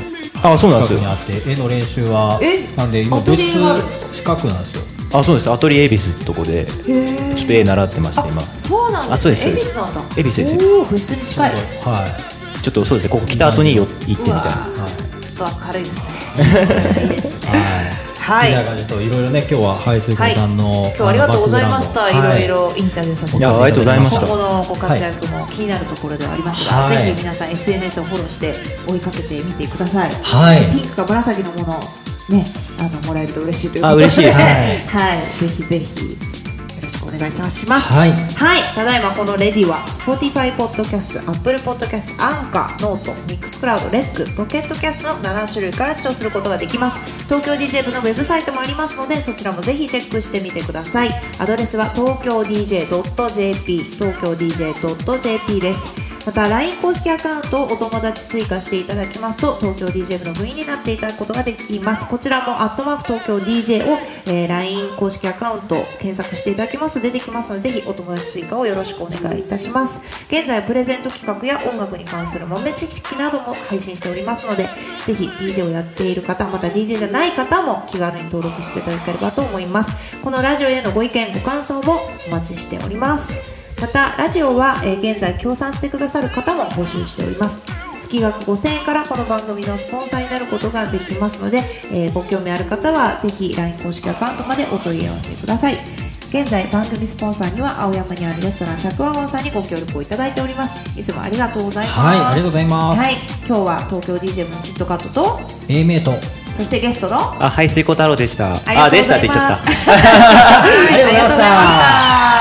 Speaker 5: あそうなんです
Speaker 4: 近
Speaker 5: よ
Speaker 4: くにあって絵の練習は
Speaker 3: え
Speaker 4: なんで今
Speaker 3: ア
Speaker 4: ブ
Speaker 3: トリエがあるんで
Speaker 4: ス近くなんですよ
Speaker 5: あそうですアトリエ恵比寿ってとこで
Speaker 3: へー
Speaker 5: ちょっと絵習ってまして今
Speaker 3: そうなんで
Speaker 5: あ
Speaker 3: す
Speaker 5: そう
Speaker 3: ね
Speaker 5: ですそうです
Speaker 3: 恵比寿なんだ
Speaker 5: 恵比寿です恵比
Speaker 3: おお不質に近い
Speaker 4: はい
Speaker 5: ちょっとそうですねここ来た後によ行ってみたいな
Speaker 3: ちょっと明るいですねいいですねは
Speaker 4: はいいみたいな感じでちょっといろいろね今日は排水口さんの、
Speaker 3: 今日はありがとうございました、
Speaker 4: あ
Speaker 3: い
Speaker 4: のバックグラ
Speaker 3: ろい
Speaker 4: ウンド
Speaker 3: ろインタビューさせて
Speaker 5: い
Speaker 3: いた
Speaker 5: や
Speaker 3: だ
Speaker 5: ありがとうございま
Speaker 3: き
Speaker 5: し
Speaker 3: 今
Speaker 5: た
Speaker 3: 後のご活躍も気になるところではありますが、
Speaker 4: はい
Speaker 3: ぜひ皆さん SNS をフォローして追いかけてみてください、
Speaker 4: はい
Speaker 3: そしてピンクか紫のものねあのもらえると嬉しいということ
Speaker 5: あ
Speaker 3: で
Speaker 5: 嬉しいで す
Speaker 3: はい、ぜひぜひよろしくお願いいたします
Speaker 4: はい
Speaker 3: はい、ただいまこのレディは Spotify Podcast、Apple Podcast、アンカー、ノート、ミックスクラウド、レック、ポケットキャストの7種類から視聴することができます。東京 DJ 部のウェブサイトもありますので、そちらもぜひチェックしてみてください。アドレスは東京 DJ.jp、東京 DJ.jp です。また LINE 公式アカウントをお友達追加していただきますと東京 DJ 部の部員になっていただくことができますこちらも「アットマーク東京 DJ を」えー LINE 公式アカウント検索していただきますと出てきますのでぜひお友達追加をよろしくお願いいたします現在プレゼント企画や音楽に関する豆知識なども配信しておりますのでぜひ DJ をやっている方また DJ じゃない方も気軽に登録していただければと思いますこのラジオへのご意見ご感想もお待ちしておりますまたラジオは、えー現在協賛してくださる方も募集しております月額5000円からこの番組のスポンサーになることができますので、えーご興味ある方はぜひ LINE 公式アカウントまでお問い合わせください現在番組スポンサーには青山にあるレストラン着和ワンさんにご協力をいただいておりますいつもありがとうございます
Speaker 4: はいありがとうございます
Speaker 3: はい、今日は東京 DJ のキットカットと
Speaker 4: A メイト
Speaker 3: そしてゲストの
Speaker 5: あ排水湖太郎でした
Speaker 3: ありがとうございます
Speaker 5: でしたって言っちゃった
Speaker 3: はいありがとうございました